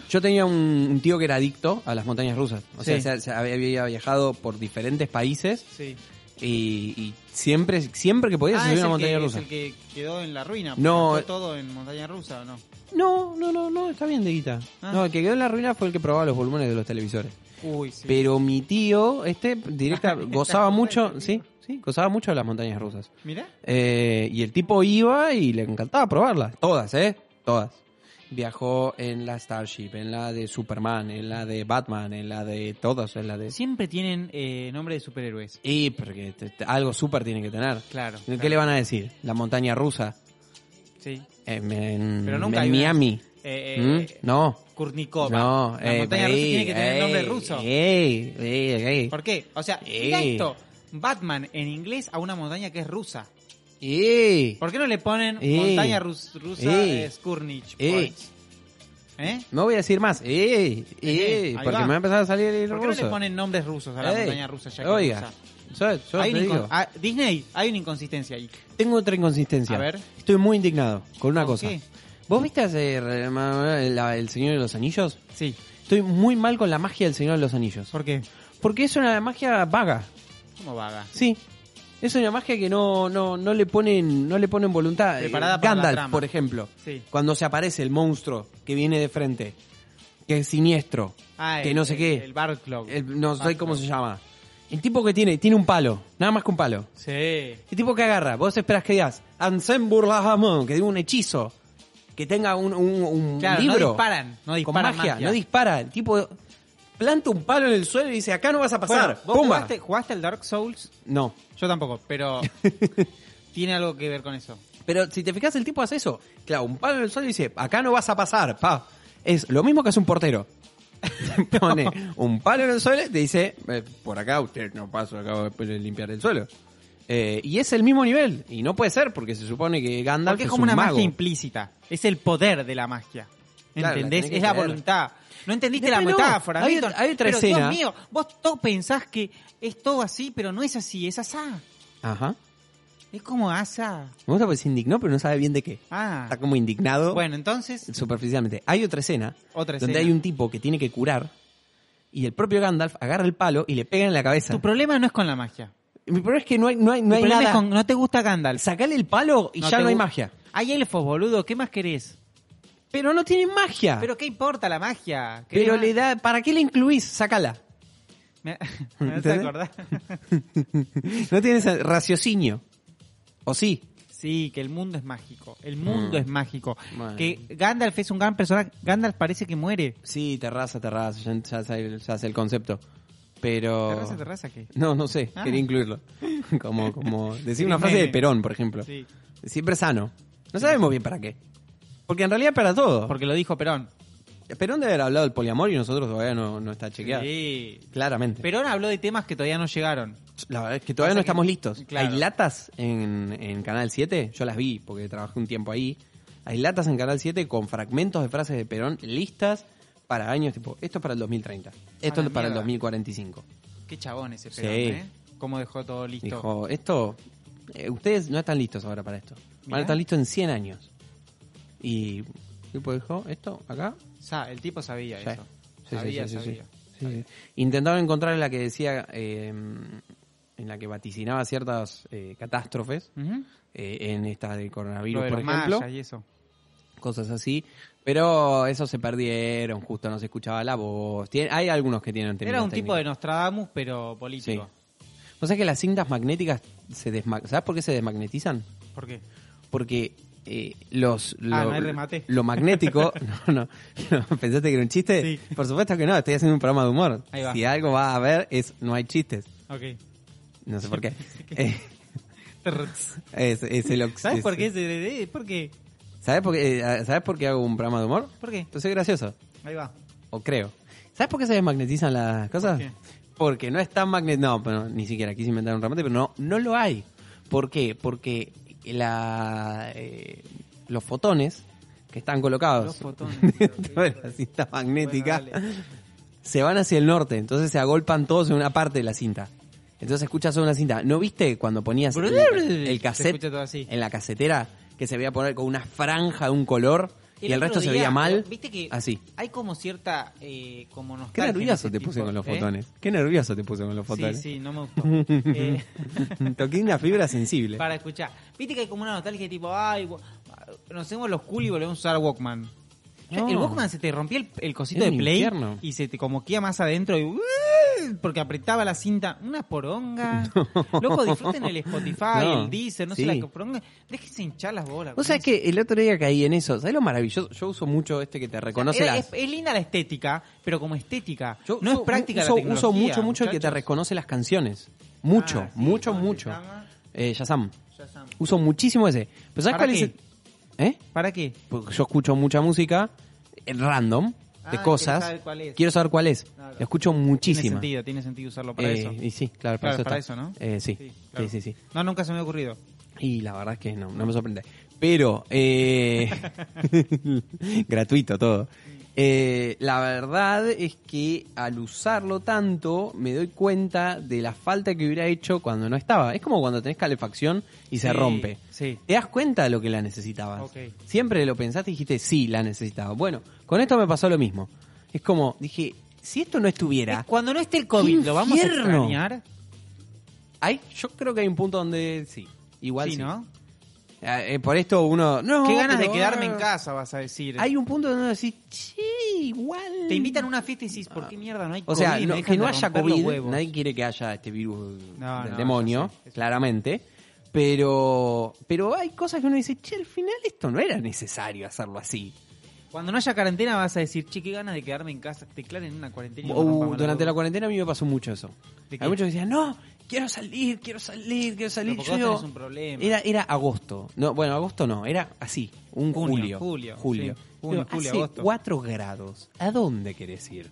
Speaker 1: Yo tenía un, un tío que era adicto a las montañas rusas. O
Speaker 2: Sí.
Speaker 1: sea, se- se había, había viajado por diferentes países
Speaker 2: sí.
Speaker 1: y, y siempre, siempre que podía se
Speaker 2: Ah, es
Speaker 1: subía a una montaña
Speaker 2: el que,
Speaker 1: rusa.
Speaker 2: Es el que quedó en la ruina.
Speaker 1: No,
Speaker 2: No.
Speaker 1: eh.
Speaker 2: todo en montaña rusa, ¿o no?
Speaker 1: No, no, no, no, está bien, Deguita.
Speaker 2: Ah.
Speaker 1: No, el que quedó en la ruina fue el que probaba los volúmenes de los televisores.
Speaker 2: Uy, sí.
Speaker 1: Pero mi tío, este, directa, gozaba mucho, sí, sí, gozaba mucho de las montañas rusas.
Speaker 2: Mirá.
Speaker 1: Eh, y el tipo iba y le encantaba probarlas. Todas, ¿eh? Todas. Viajó en la Starship, en la de Superman, en la de Batman, en la de todas, en la de...
Speaker 2: Siempre tienen eh, nombre de superhéroes.
Speaker 1: Y porque te- te- algo súper tiene que tener.
Speaker 2: Claro.
Speaker 1: ¿Qué
Speaker 2: claro,
Speaker 1: le van a decir? La montaña rusa.
Speaker 2: Sí.
Speaker 1: En, en-
Speaker 2: Pero nunca
Speaker 1: en
Speaker 2: hay una-
Speaker 1: Miami.
Speaker 2: Eh,
Speaker 1: ¿Mm?
Speaker 2: eh,
Speaker 1: No.
Speaker 2: Kurnikova.
Speaker 1: No.
Speaker 2: La
Speaker 1: eh,
Speaker 2: montaña rusa
Speaker 1: ey,
Speaker 2: tiene que tener
Speaker 1: ey,
Speaker 2: nombre ruso.
Speaker 1: ey, ey, ey.
Speaker 2: ¿Por qué? O sea,
Speaker 1: Eh.
Speaker 2: mira esto. Batman en inglés a una montaña que es rusa.
Speaker 1: Ey.
Speaker 2: ¿Por qué no le ponen
Speaker 1: Eh.
Speaker 2: montaña rus- rusa
Speaker 1: Eh.
Speaker 2: eh, Skurnich?
Speaker 1: Eh.
Speaker 2: Points? ¿Eh?
Speaker 1: No voy a decir más. Ey, ey,
Speaker 2: ahí
Speaker 1: porque
Speaker 2: va.
Speaker 1: me va a empezar a salir el
Speaker 2: ¿Por qué no
Speaker 1: ruso.
Speaker 2: le ponen nombres rusos a la
Speaker 1: Ey,
Speaker 2: montaña rusa ya que
Speaker 1: Oiga,
Speaker 2: es rusa?
Speaker 1: Yo- yo
Speaker 2: Hay
Speaker 1: te
Speaker 2: una inco-
Speaker 1: digo.
Speaker 2: ah, Disney, hay una inconsistencia ahí.
Speaker 1: Tengo otra inconsistencia.
Speaker 2: A ver.
Speaker 1: Estoy muy indignado con una
Speaker 2: ¿Por
Speaker 1: cosa.
Speaker 2: qué?
Speaker 1: ¿Vos viste hace re- ma- ma- la- El Señor de los Anillos?
Speaker 2: Sí.
Speaker 1: Estoy muy mal con la magia del Señor de los Anillos.
Speaker 2: ¿Por qué?
Speaker 1: Porque es una magia vaga.
Speaker 2: ¿Cómo vaga?
Speaker 1: Sí. Es una magia que no, no, no le ponen, no le ponen voluntad.
Speaker 2: Preparada
Speaker 1: Eh,
Speaker 2: para la
Speaker 1: Gandalf,
Speaker 2: trama.
Speaker 1: por ejemplo.
Speaker 2: Sí.
Speaker 1: Cuando se aparece el monstruo que viene de frente, que es siniestro,
Speaker 2: Ah,
Speaker 1: que
Speaker 2: el-
Speaker 1: no sé qué.
Speaker 2: El Barclog.
Speaker 1: El- no sé cómo se llama. El tipo que tiene, tiene un palo, nada más que un palo.
Speaker 2: Sí.
Speaker 1: El tipo que agarra, vos esperas que digas, Ansem Burlahamon, que diga un hechizo, que tenga un, un, un
Speaker 2: Claro, no
Speaker 1: libro.
Speaker 2: disparan, no disparan
Speaker 1: Con magia,
Speaker 2: magia.
Speaker 1: no dispara. El tipo planta un palo en el suelo y dice, acá no vas a pasar.
Speaker 2: Bueno, ¿vos
Speaker 1: ¡Pumba!
Speaker 2: jugaste, jugaste al Dark Souls?
Speaker 1: No.
Speaker 2: Yo tampoco, pero tiene algo que ver con eso.
Speaker 1: Pero si te fijas, el tipo hace eso. Claro, un palo en el suelo y dice, acá no vas a pasar, pa. Es lo mismo que hace un portero. Pone un palo en el suelo y te dice, "Eh, por acá usted no pasa, acabo de limpiar el suelo. Eh, y es el mismo nivel. Y no puede ser, porque se supone que Gandalf
Speaker 2: Porque es
Speaker 1: es
Speaker 2: como
Speaker 1: un
Speaker 2: una
Speaker 1: mago.
Speaker 2: magia implícita. Es el poder de la magia.
Speaker 1: Claro, la
Speaker 2: ¿Entendés?
Speaker 1: tenés que
Speaker 2: es la
Speaker 1: creer.
Speaker 2: voluntad. No entendiste la
Speaker 1: Después no.
Speaker 2: metáfora.
Speaker 1: Hay
Speaker 2: Milton.
Speaker 1: otra- hay otra
Speaker 2: pero,
Speaker 1: escena.
Speaker 2: Dios mío, vos todo pensás que es todo así, pero no es así, es asá.
Speaker 1: Ajá.
Speaker 2: Es como asa.
Speaker 1: Me gusta porque se indignó, pero no sabe bien de qué.
Speaker 2: Ah.
Speaker 1: Está como indignado
Speaker 2: Bueno, entonces,
Speaker 1: superficialmente. Hay otra escena
Speaker 2: Otra
Speaker 1: donde
Speaker 2: escena.
Speaker 1: hay un tipo que tiene que curar y el propio Gandalf agarra el palo y le pega en la cabeza.
Speaker 2: tu problema no es con la magia.
Speaker 1: Mi problema es que no hay, no hay, no
Speaker 2: Tu
Speaker 1: hay
Speaker 2: problema
Speaker 1: nada.
Speaker 2: es con no te gusta Gandalf.
Speaker 1: Sacale el palo y ya
Speaker 2: te
Speaker 1: no hay
Speaker 2: gu-
Speaker 1: magia.
Speaker 2: Hay elfos, boludo. ¿Qué más querés?
Speaker 1: Pero no tiene magia. Pero,
Speaker 2: Pero ¿qué importa la magia?
Speaker 1: Ah. le
Speaker 2: da...
Speaker 1: da. ¿Para qué le incluís? Sácala.
Speaker 2: Me, me hace
Speaker 1: ¿Entendés?
Speaker 2: acordar.
Speaker 1: No tienes raciocinio. ¿O sí?
Speaker 2: Sí, que el mundo es mágico. El mundo
Speaker 1: Mm.
Speaker 2: es mágico.
Speaker 1: Bueno.
Speaker 2: Que Gandalf es un gran personaje. Gandalf parece que muere.
Speaker 1: Sí, terraza, terraza. Ya, ya, sé- ya sé el concepto. Pero.
Speaker 2: Terraza, terraza, ¿qué?
Speaker 1: No, no sé.
Speaker 2: Ah.
Speaker 1: Quería incluirlo. Como, como decir
Speaker 2: Sí,
Speaker 1: una frase de
Speaker 2: meme.
Speaker 1: Perón, por ejemplo.
Speaker 2: Sí.
Speaker 1: Siempre sano. No sabemos bien para qué. Porque en realidad para todo.
Speaker 2: Porque lo dijo Perón.
Speaker 1: Perón debe haber hablado del poliamor y nosotros todavía no, no está chequeado.
Speaker 2: Sí.
Speaker 1: Claramente.
Speaker 2: Perón habló de temas que todavía no llegaron.
Speaker 1: La verdad es que todavía no
Speaker 2: Pasa que-
Speaker 1: estamos listos.
Speaker 2: claro.
Speaker 1: Hay latas en, en Canal 7, yo las vi porque trabajé un tiempo ahí. Hay latas en Canal 7 con fragmentos de frases de Perón listas para años tipo, esto es para el 2030, esto
Speaker 2: la
Speaker 1: es para el
Speaker 2: mierda.
Speaker 1: 2045.
Speaker 2: Qué chabón ese
Speaker 1: Sí.
Speaker 2: Perón, ¿eh? Cómo dejó todo listo.
Speaker 1: Dijo, esto, eh, ustedes no están listos ahora para esto. Van
Speaker 2: Mirá.
Speaker 1: a estar listos en 100 años. Y el tipo dijo, esto acá,
Speaker 2: Sa- el tipo sabía
Speaker 1: ya es.
Speaker 2: eso.
Speaker 1: Sí, sí,
Speaker 2: sabía,
Speaker 1: sí, sí, sí.
Speaker 2: sabía.
Speaker 1: Sí, sí. Intentaron encontrar la que decía, eh, en la que vaticinaba ciertas eh, catástrofes.
Speaker 2: Ujú.
Speaker 1: eh, en esta del
Speaker 2: Lo
Speaker 1: coronavirus,
Speaker 2: de
Speaker 1: por
Speaker 2: los
Speaker 1: ejemplo,
Speaker 2: mayas y eso.
Speaker 1: cosas así. Pero eso se perdieron, justo no se escuchaba la voz. Tien- hay algunos que tienen
Speaker 2: Era un tipo de Nostradamus, pero político.
Speaker 1: O sea que las cintas magnéticas se desma- ¿Sabes por qué se desmagnetizan?
Speaker 2: ¿Por qué?
Speaker 1: Porque eh, los lo,
Speaker 2: Ah, no hay remate.
Speaker 1: lo magnético, no, no, no, pensaste que era un chiste.
Speaker 2: Sí.
Speaker 1: Por supuesto que no, estoy haciendo un programa de humor.
Speaker 2: Ahí va.
Speaker 1: Si algo va a haber es no hay chistes.
Speaker 2: Ok.
Speaker 1: No sé por qué. Eh,
Speaker 2: Trrts.
Speaker 1: es- es el ox-
Speaker 2: ¿Sabes
Speaker 1: es-
Speaker 2: por qué? es de- de- ¿Por qué?
Speaker 1: ¿Sabes por qué, eh, ¿sabes por qué hago un programa de humor?
Speaker 2: ¿Por qué?
Speaker 1: Entonces soy gracioso.
Speaker 2: Ahí va.
Speaker 1: O creo. ¿Sabes por qué se desmagnetizan las cosas?
Speaker 2: ¿Por qué?
Speaker 1: Porque no están magnetizadas. No, pero ni siquiera quise inventar un remate, pero no, no lo hay. ¿Por qué? Porque la, eh, los fotones que están colocados
Speaker 2: Los fotones.
Speaker 1: dentro de la cinta magnética
Speaker 2: Bueno, dale.
Speaker 1: se van hacia el norte, entonces se agolpan todos en una parte de la cinta. Entonces escuchas una cinta. ¿No viste cuando ponías el, el
Speaker 2: Se
Speaker 1: cassette eh,
Speaker 2: escucha todo así.
Speaker 1: en la casetera que se veía poner con una franja de un color y el,
Speaker 2: otro
Speaker 1: resto se
Speaker 2: día,
Speaker 1: veía mal?
Speaker 2: Viste que
Speaker 1: Así.
Speaker 2: hay como cierta eh, como
Speaker 1: Qué
Speaker 2: nostalgia. en
Speaker 1: nervioso
Speaker 2: ese
Speaker 1: te
Speaker 2: tipo,
Speaker 1: puse con los
Speaker 2: ¿eh?
Speaker 1: fotones. Qué nervioso te puse con los fotones.
Speaker 2: Sí, sí, no me gustó. Eh,
Speaker 1: Toqué una fibra sensible.
Speaker 2: para escuchar. Viste que hay como una nostalgia tipo, ay, bo- nos hacemos los cool y volvemos a usar Walkman.
Speaker 1: No.
Speaker 2: El Walkman se te rompía el, el cosito
Speaker 1: Era
Speaker 2: de
Speaker 1: un
Speaker 2: play
Speaker 1: infierno.
Speaker 2: y se te como queda más adentro y uh, porque apretaba la cinta. Una poronga. Loco, disfruten el Spotify,
Speaker 1: No.
Speaker 2: el Deezer, no
Speaker 1: Sí.
Speaker 2: sé la poronga. Déjense hinchar las bolas.
Speaker 1: Vos sabés que el otro día caí en eso. ¿Sabés lo maravilloso? Yo uso mucho este que te reconoce
Speaker 2: Era-
Speaker 1: las...
Speaker 2: es, es linda la estética, pero como estética.
Speaker 1: Yo
Speaker 2: no
Speaker 1: uso-
Speaker 2: es práctica
Speaker 1: uso,
Speaker 2: la tecnología.
Speaker 1: uso mucho, mucho el que te
Speaker 2: muchachos.
Speaker 1: reconoce las canciones. Mucho,
Speaker 2: Ah, sí,
Speaker 1: mucho,
Speaker 2: ¿cómo se
Speaker 1: mucho.
Speaker 2: llama?
Speaker 1: Eh, Shazam.
Speaker 2: Shazam.
Speaker 1: Uso muchísimo ese. ¿Pero sabés
Speaker 2: ¿Para
Speaker 1: cuál es
Speaker 2: qué?
Speaker 1: el- ¿Eh?
Speaker 2: ¿Para qué?
Speaker 1: Porque yo escucho mucha música eh, random, de
Speaker 2: Ah, querés
Speaker 1: cosas.
Speaker 2: saber cuál es.
Speaker 1: Quiero saber cuál es.
Speaker 2: Claro.
Speaker 1: Lo escucho
Speaker 2: Tiene
Speaker 1: muchísimo.
Speaker 2: sentido, tiene sentido usarlo para eso.
Speaker 1: Eh, Y sí, claro, para
Speaker 2: Claro,
Speaker 1: eso
Speaker 2: para
Speaker 1: está.
Speaker 2: eso, ¿no?
Speaker 1: Eh, sí.
Speaker 2: Sí, claro.
Speaker 1: sí, sí, sí.
Speaker 2: No, nunca se me ha ocurrido.
Speaker 1: Y la verdad es que no, no me sorprende. Pero, eh, gratuito todo. Eh, la verdad es que al usarlo tanto me doy cuenta de la falta que hubiera hecho cuando no estaba. Es como cuando tenés calefacción y se
Speaker 2: Sí,
Speaker 1: rompe.
Speaker 2: sí.
Speaker 1: Te das cuenta de lo que la necesitabas.
Speaker 2: Ok.
Speaker 1: Siempre lo pensaste y dijiste, sí, la necesitaba. Bueno, con esto me pasó lo mismo. Es como, dije, si esto no estuviera,
Speaker 2: Cuando no esté el COVID, ¿lo vamos a
Speaker 1: infierno!
Speaker 2: extrañar?
Speaker 1: hay, yo creo que hay un punto donde sí. Igual
Speaker 2: sí,
Speaker 1: sí.
Speaker 2: ¿no?
Speaker 1: Eh, eh, por esto uno... No,
Speaker 2: Qué ganas de
Speaker 1: pero-
Speaker 2: quedarme en casa, vas a decir.
Speaker 1: Hay un punto donde uno decís, sí, igual...
Speaker 2: Te invitan a una fiesta y dices, ¿por qué mierda no hay
Speaker 1: Ah. O
Speaker 2: COVID?
Speaker 1: sea,
Speaker 2: Me
Speaker 1: no-
Speaker 2: dejan
Speaker 1: que no
Speaker 2: de
Speaker 1: haya
Speaker 2: romper los
Speaker 1: COVID,
Speaker 2: huevos.
Speaker 1: nadie quiere que haya este virus
Speaker 2: No,
Speaker 1: del
Speaker 2: no,
Speaker 1: demonio,
Speaker 2: ya sé, ya sé.
Speaker 1: claramente. Pero, pero hay cosas que uno dice, che, al final esto no era necesario hacerlo así.
Speaker 2: Cuando no haya carantena vas a decir, che, qué ganas de quedarme en casa. Te claren una cuarentena. y
Speaker 1: Uh,
Speaker 2: nos rompamos
Speaker 1: durante la
Speaker 2: los huevos.
Speaker 1: cuarentena a mí me pasó mucho eso.
Speaker 2: ¿De qué?
Speaker 1: Hay muchos que decían, no, quiero salir, quiero salir, quiero salir.
Speaker 2: Pero porque
Speaker 1: Yo
Speaker 2: vos
Speaker 1: digo,
Speaker 2: tenés un problema.
Speaker 1: Era, era agosto. No, bueno, agosto no, era así, un julio.
Speaker 2: Junio, julio,
Speaker 1: Julio.
Speaker 2: sí. Junio,
Speaker 1: Digo,
Speaker 2: julio,
Speaker 1: hace
Speaker 2: agosto.
Speaker 1: 4 grados. ¿A dónde querés ir?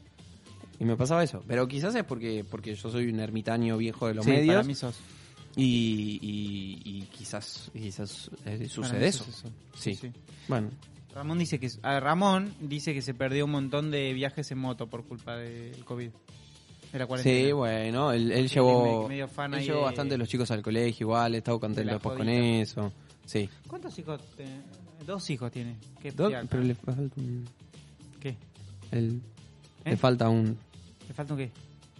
Speaker 1: Y me pasaba eso. Pero quizás es porque, porque yo soy un ermitaño viejo de los
Speaker 2: Sí,
Speaker 1: medios.
Speaker 2: para mí sos.
Speaker 1: Y, y- y quizás, quizás eh,
Speaker 2: mí
Speaker 1: sucede eso.
Speaker 2: eso es eso.
Speaker 1: Sí.
Speaker 2: Sí.
Speaker 1: Bueno,
Speaker 2: Ramón dice que ah, Ramón dice que se perdió un montón de viajes en moto por culpa del COVID. De la cuarentena.
Speaker 1: sí, bueno, él, él
Speaker 2: Sí,
Speaker 1: llevó,
Speaker 2: me- medio fan
Speaker 1: él
Speaker 2: ahí
Speaker 1: llevó
Speaker 2: de-
Speaker 1: bastante a los chicos al colegio, igual, he estado
Speaker 2: de
Speaker 1: contento
Speaker 2: la
Speaker 1: después con
Speaker 2: jodita.
Speaker 1: eso. Sí.
Speaker 2: ¿Cuántos hijos? te- Dos hijos tiene. ¿Qué?
Speaker 1: Do-
Speaker 2: fiaca.
Speaker 1: pero le falta un...
Speaker 2: ¿Qué?
Speaker 1: el-
Speaker 2: ¿Eh?
Speaker 1: Le falta un...
Speaker 2: ¿Te falta un qué?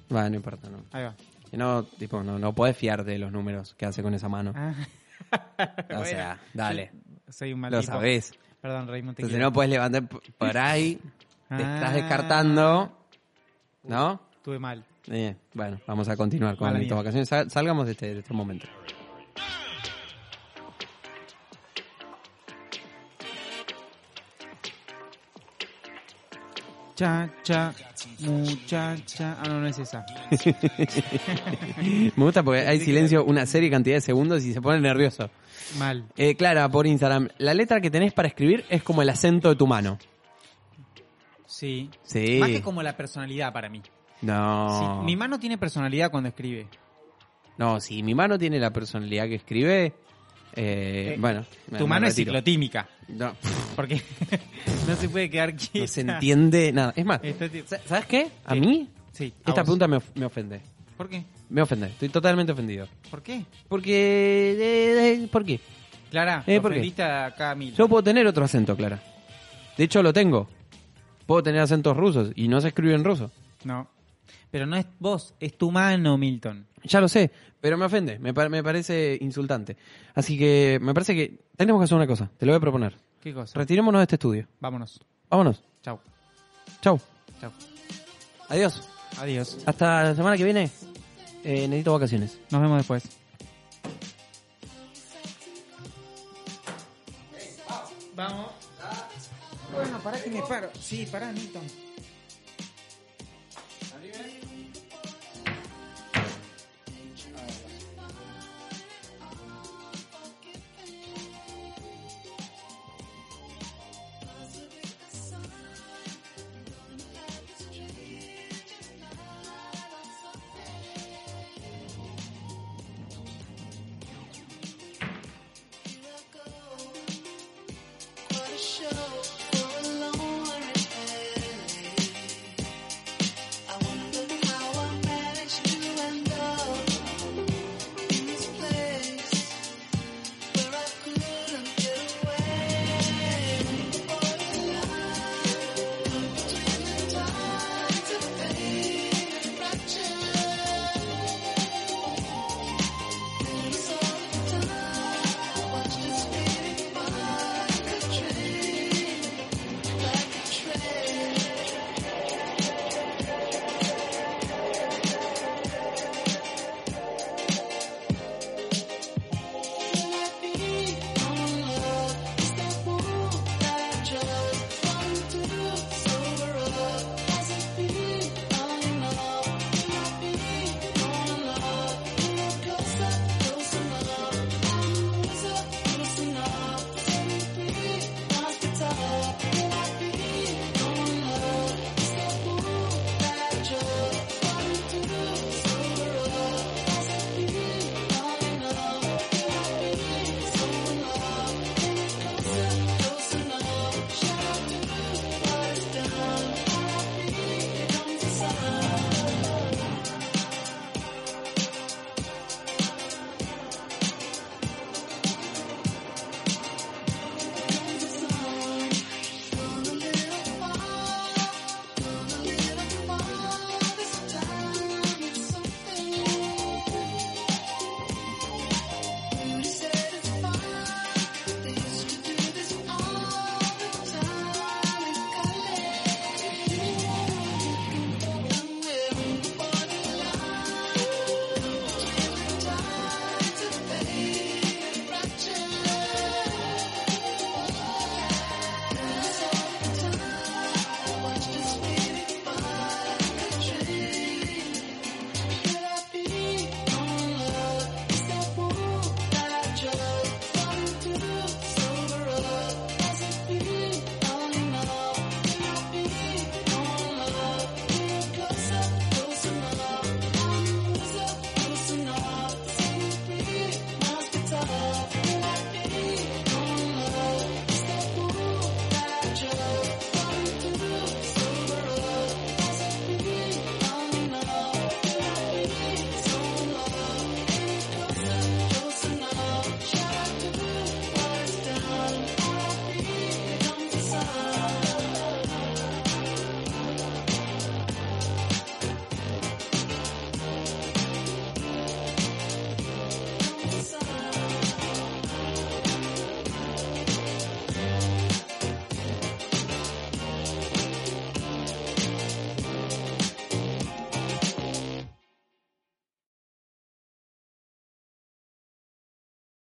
Speaker 1: Bueno, no importa, no.
Speaker 2: Ahí va.
Speaker 1: No, tipo, no, no podés fiarte de los números que hace con esa mano.
Speaker 2: Ah. Bueno,
Speaker 1: o sea, dale,
Speaker 2: yo Soy un mal
Speaker 1: lo
Speaker 2: tipo.
Speaker 1: sabés.
Speaker 2: Perdón, Raymond. te
Speaker 1: Entonces
Speaker 2: quiero.
Speaker 1: no podés levantar p- por ahí, te
Speaker 2: Ah.
Speaker 1: estás descartando, ¿no?
Speaker 2: Estuve mal.
Speaker 1: Eh, bueno, vamos a continuar con
Speaker 2: Mala
Speaker 1: estas
Speaker 2: mía.
Speaker 1: vacaciones. Sal- Salgamos de este, de este momento.
Speaker 2: Cha, cha, muchacha. Ah, no, no es esa.
Speaker 1: Me gusta porque hay silencio una serie cantidad de segundos y se pone nervioso.
Speaker 2: Mal.
Speaker 1: Eh, Clara, por Instagram, la letra que tenés para escribir es como el acento de tu mano.
Speaker 2: Sí.
Speaker 1: Sí.
Speaker 2: Más que como la personalidad para mí.
Speaker 1: No.
Speaker 2: Sí, mi mano tiene personalidad cuando escribe.
Speaker 1: No, si mi mano tiene la personalidad que escribe, eh,
Speaker 2: Eh,
Speaker 1: bueno. me-
Speaker 2: tu
Speaker 1: me
Speaker 2: mano es
Speaker 1: retiro.
Speaker 2: ciclotímica.
Speaker 1: No,
Speaker 2: Porque no se puede quedar quieta.
Speaker 1: no se entiende nada. Es más,
Speaker 2: Está ti-
Speaker 1: sa- ¿sabes qué? A
Speaker 2: ¿Qué?
Speaker 1: mí,
Speaker 2: Sí, Eh, a
Speaker 1: esta
Speaker 2: vos.
Speaker 1: pregunta me, of- me ofende.
Speaker 2: ¿Por qué?
Speaker 1: Me ofende, estoy totalmente ofendido.
Speaker 2: ¿Por qué?
Speaker 1: Porque. eh, eh, ¿Por qué?
Speaker 2: Clara,
Speaker 1: Eh,
Speaker 2: eh,
Speaker 1: ¿por qué?
Speaker 2: acá a Mil.
Speaker 1: Yo puedo tener otro acento, Clara. De hecho, lo tengo. Puedo tener acentos rusos y no se escribe en ruso.
Speaker 2: No. Pero no es vos, es tu mano, Milton.
Speaker 1: Ya lo sé, pero me ofende, me, pa- me parece insultante. Así que me parece que tenemos que hacer una cosa, te lo voy a proponer.
Speaker 2: ¿Qué cosa?
Speaker 1: Retirémonos de este estudio.
Speaker 2: Vámonos.
Speaker 1: Vámonos.
Speaker 2: Chau.
Speaker 1: Chau.
Speaker 2: Chau.
Speaker 1: Adiós.
Speaker 2: Adiós.
Speaker 1: Hasta la semana que viene. Eh, necesito vacaciones.
Speaker 2: Nos vemos después. Vamos. Bueno, pará que me paro. Sí, pará, Milton.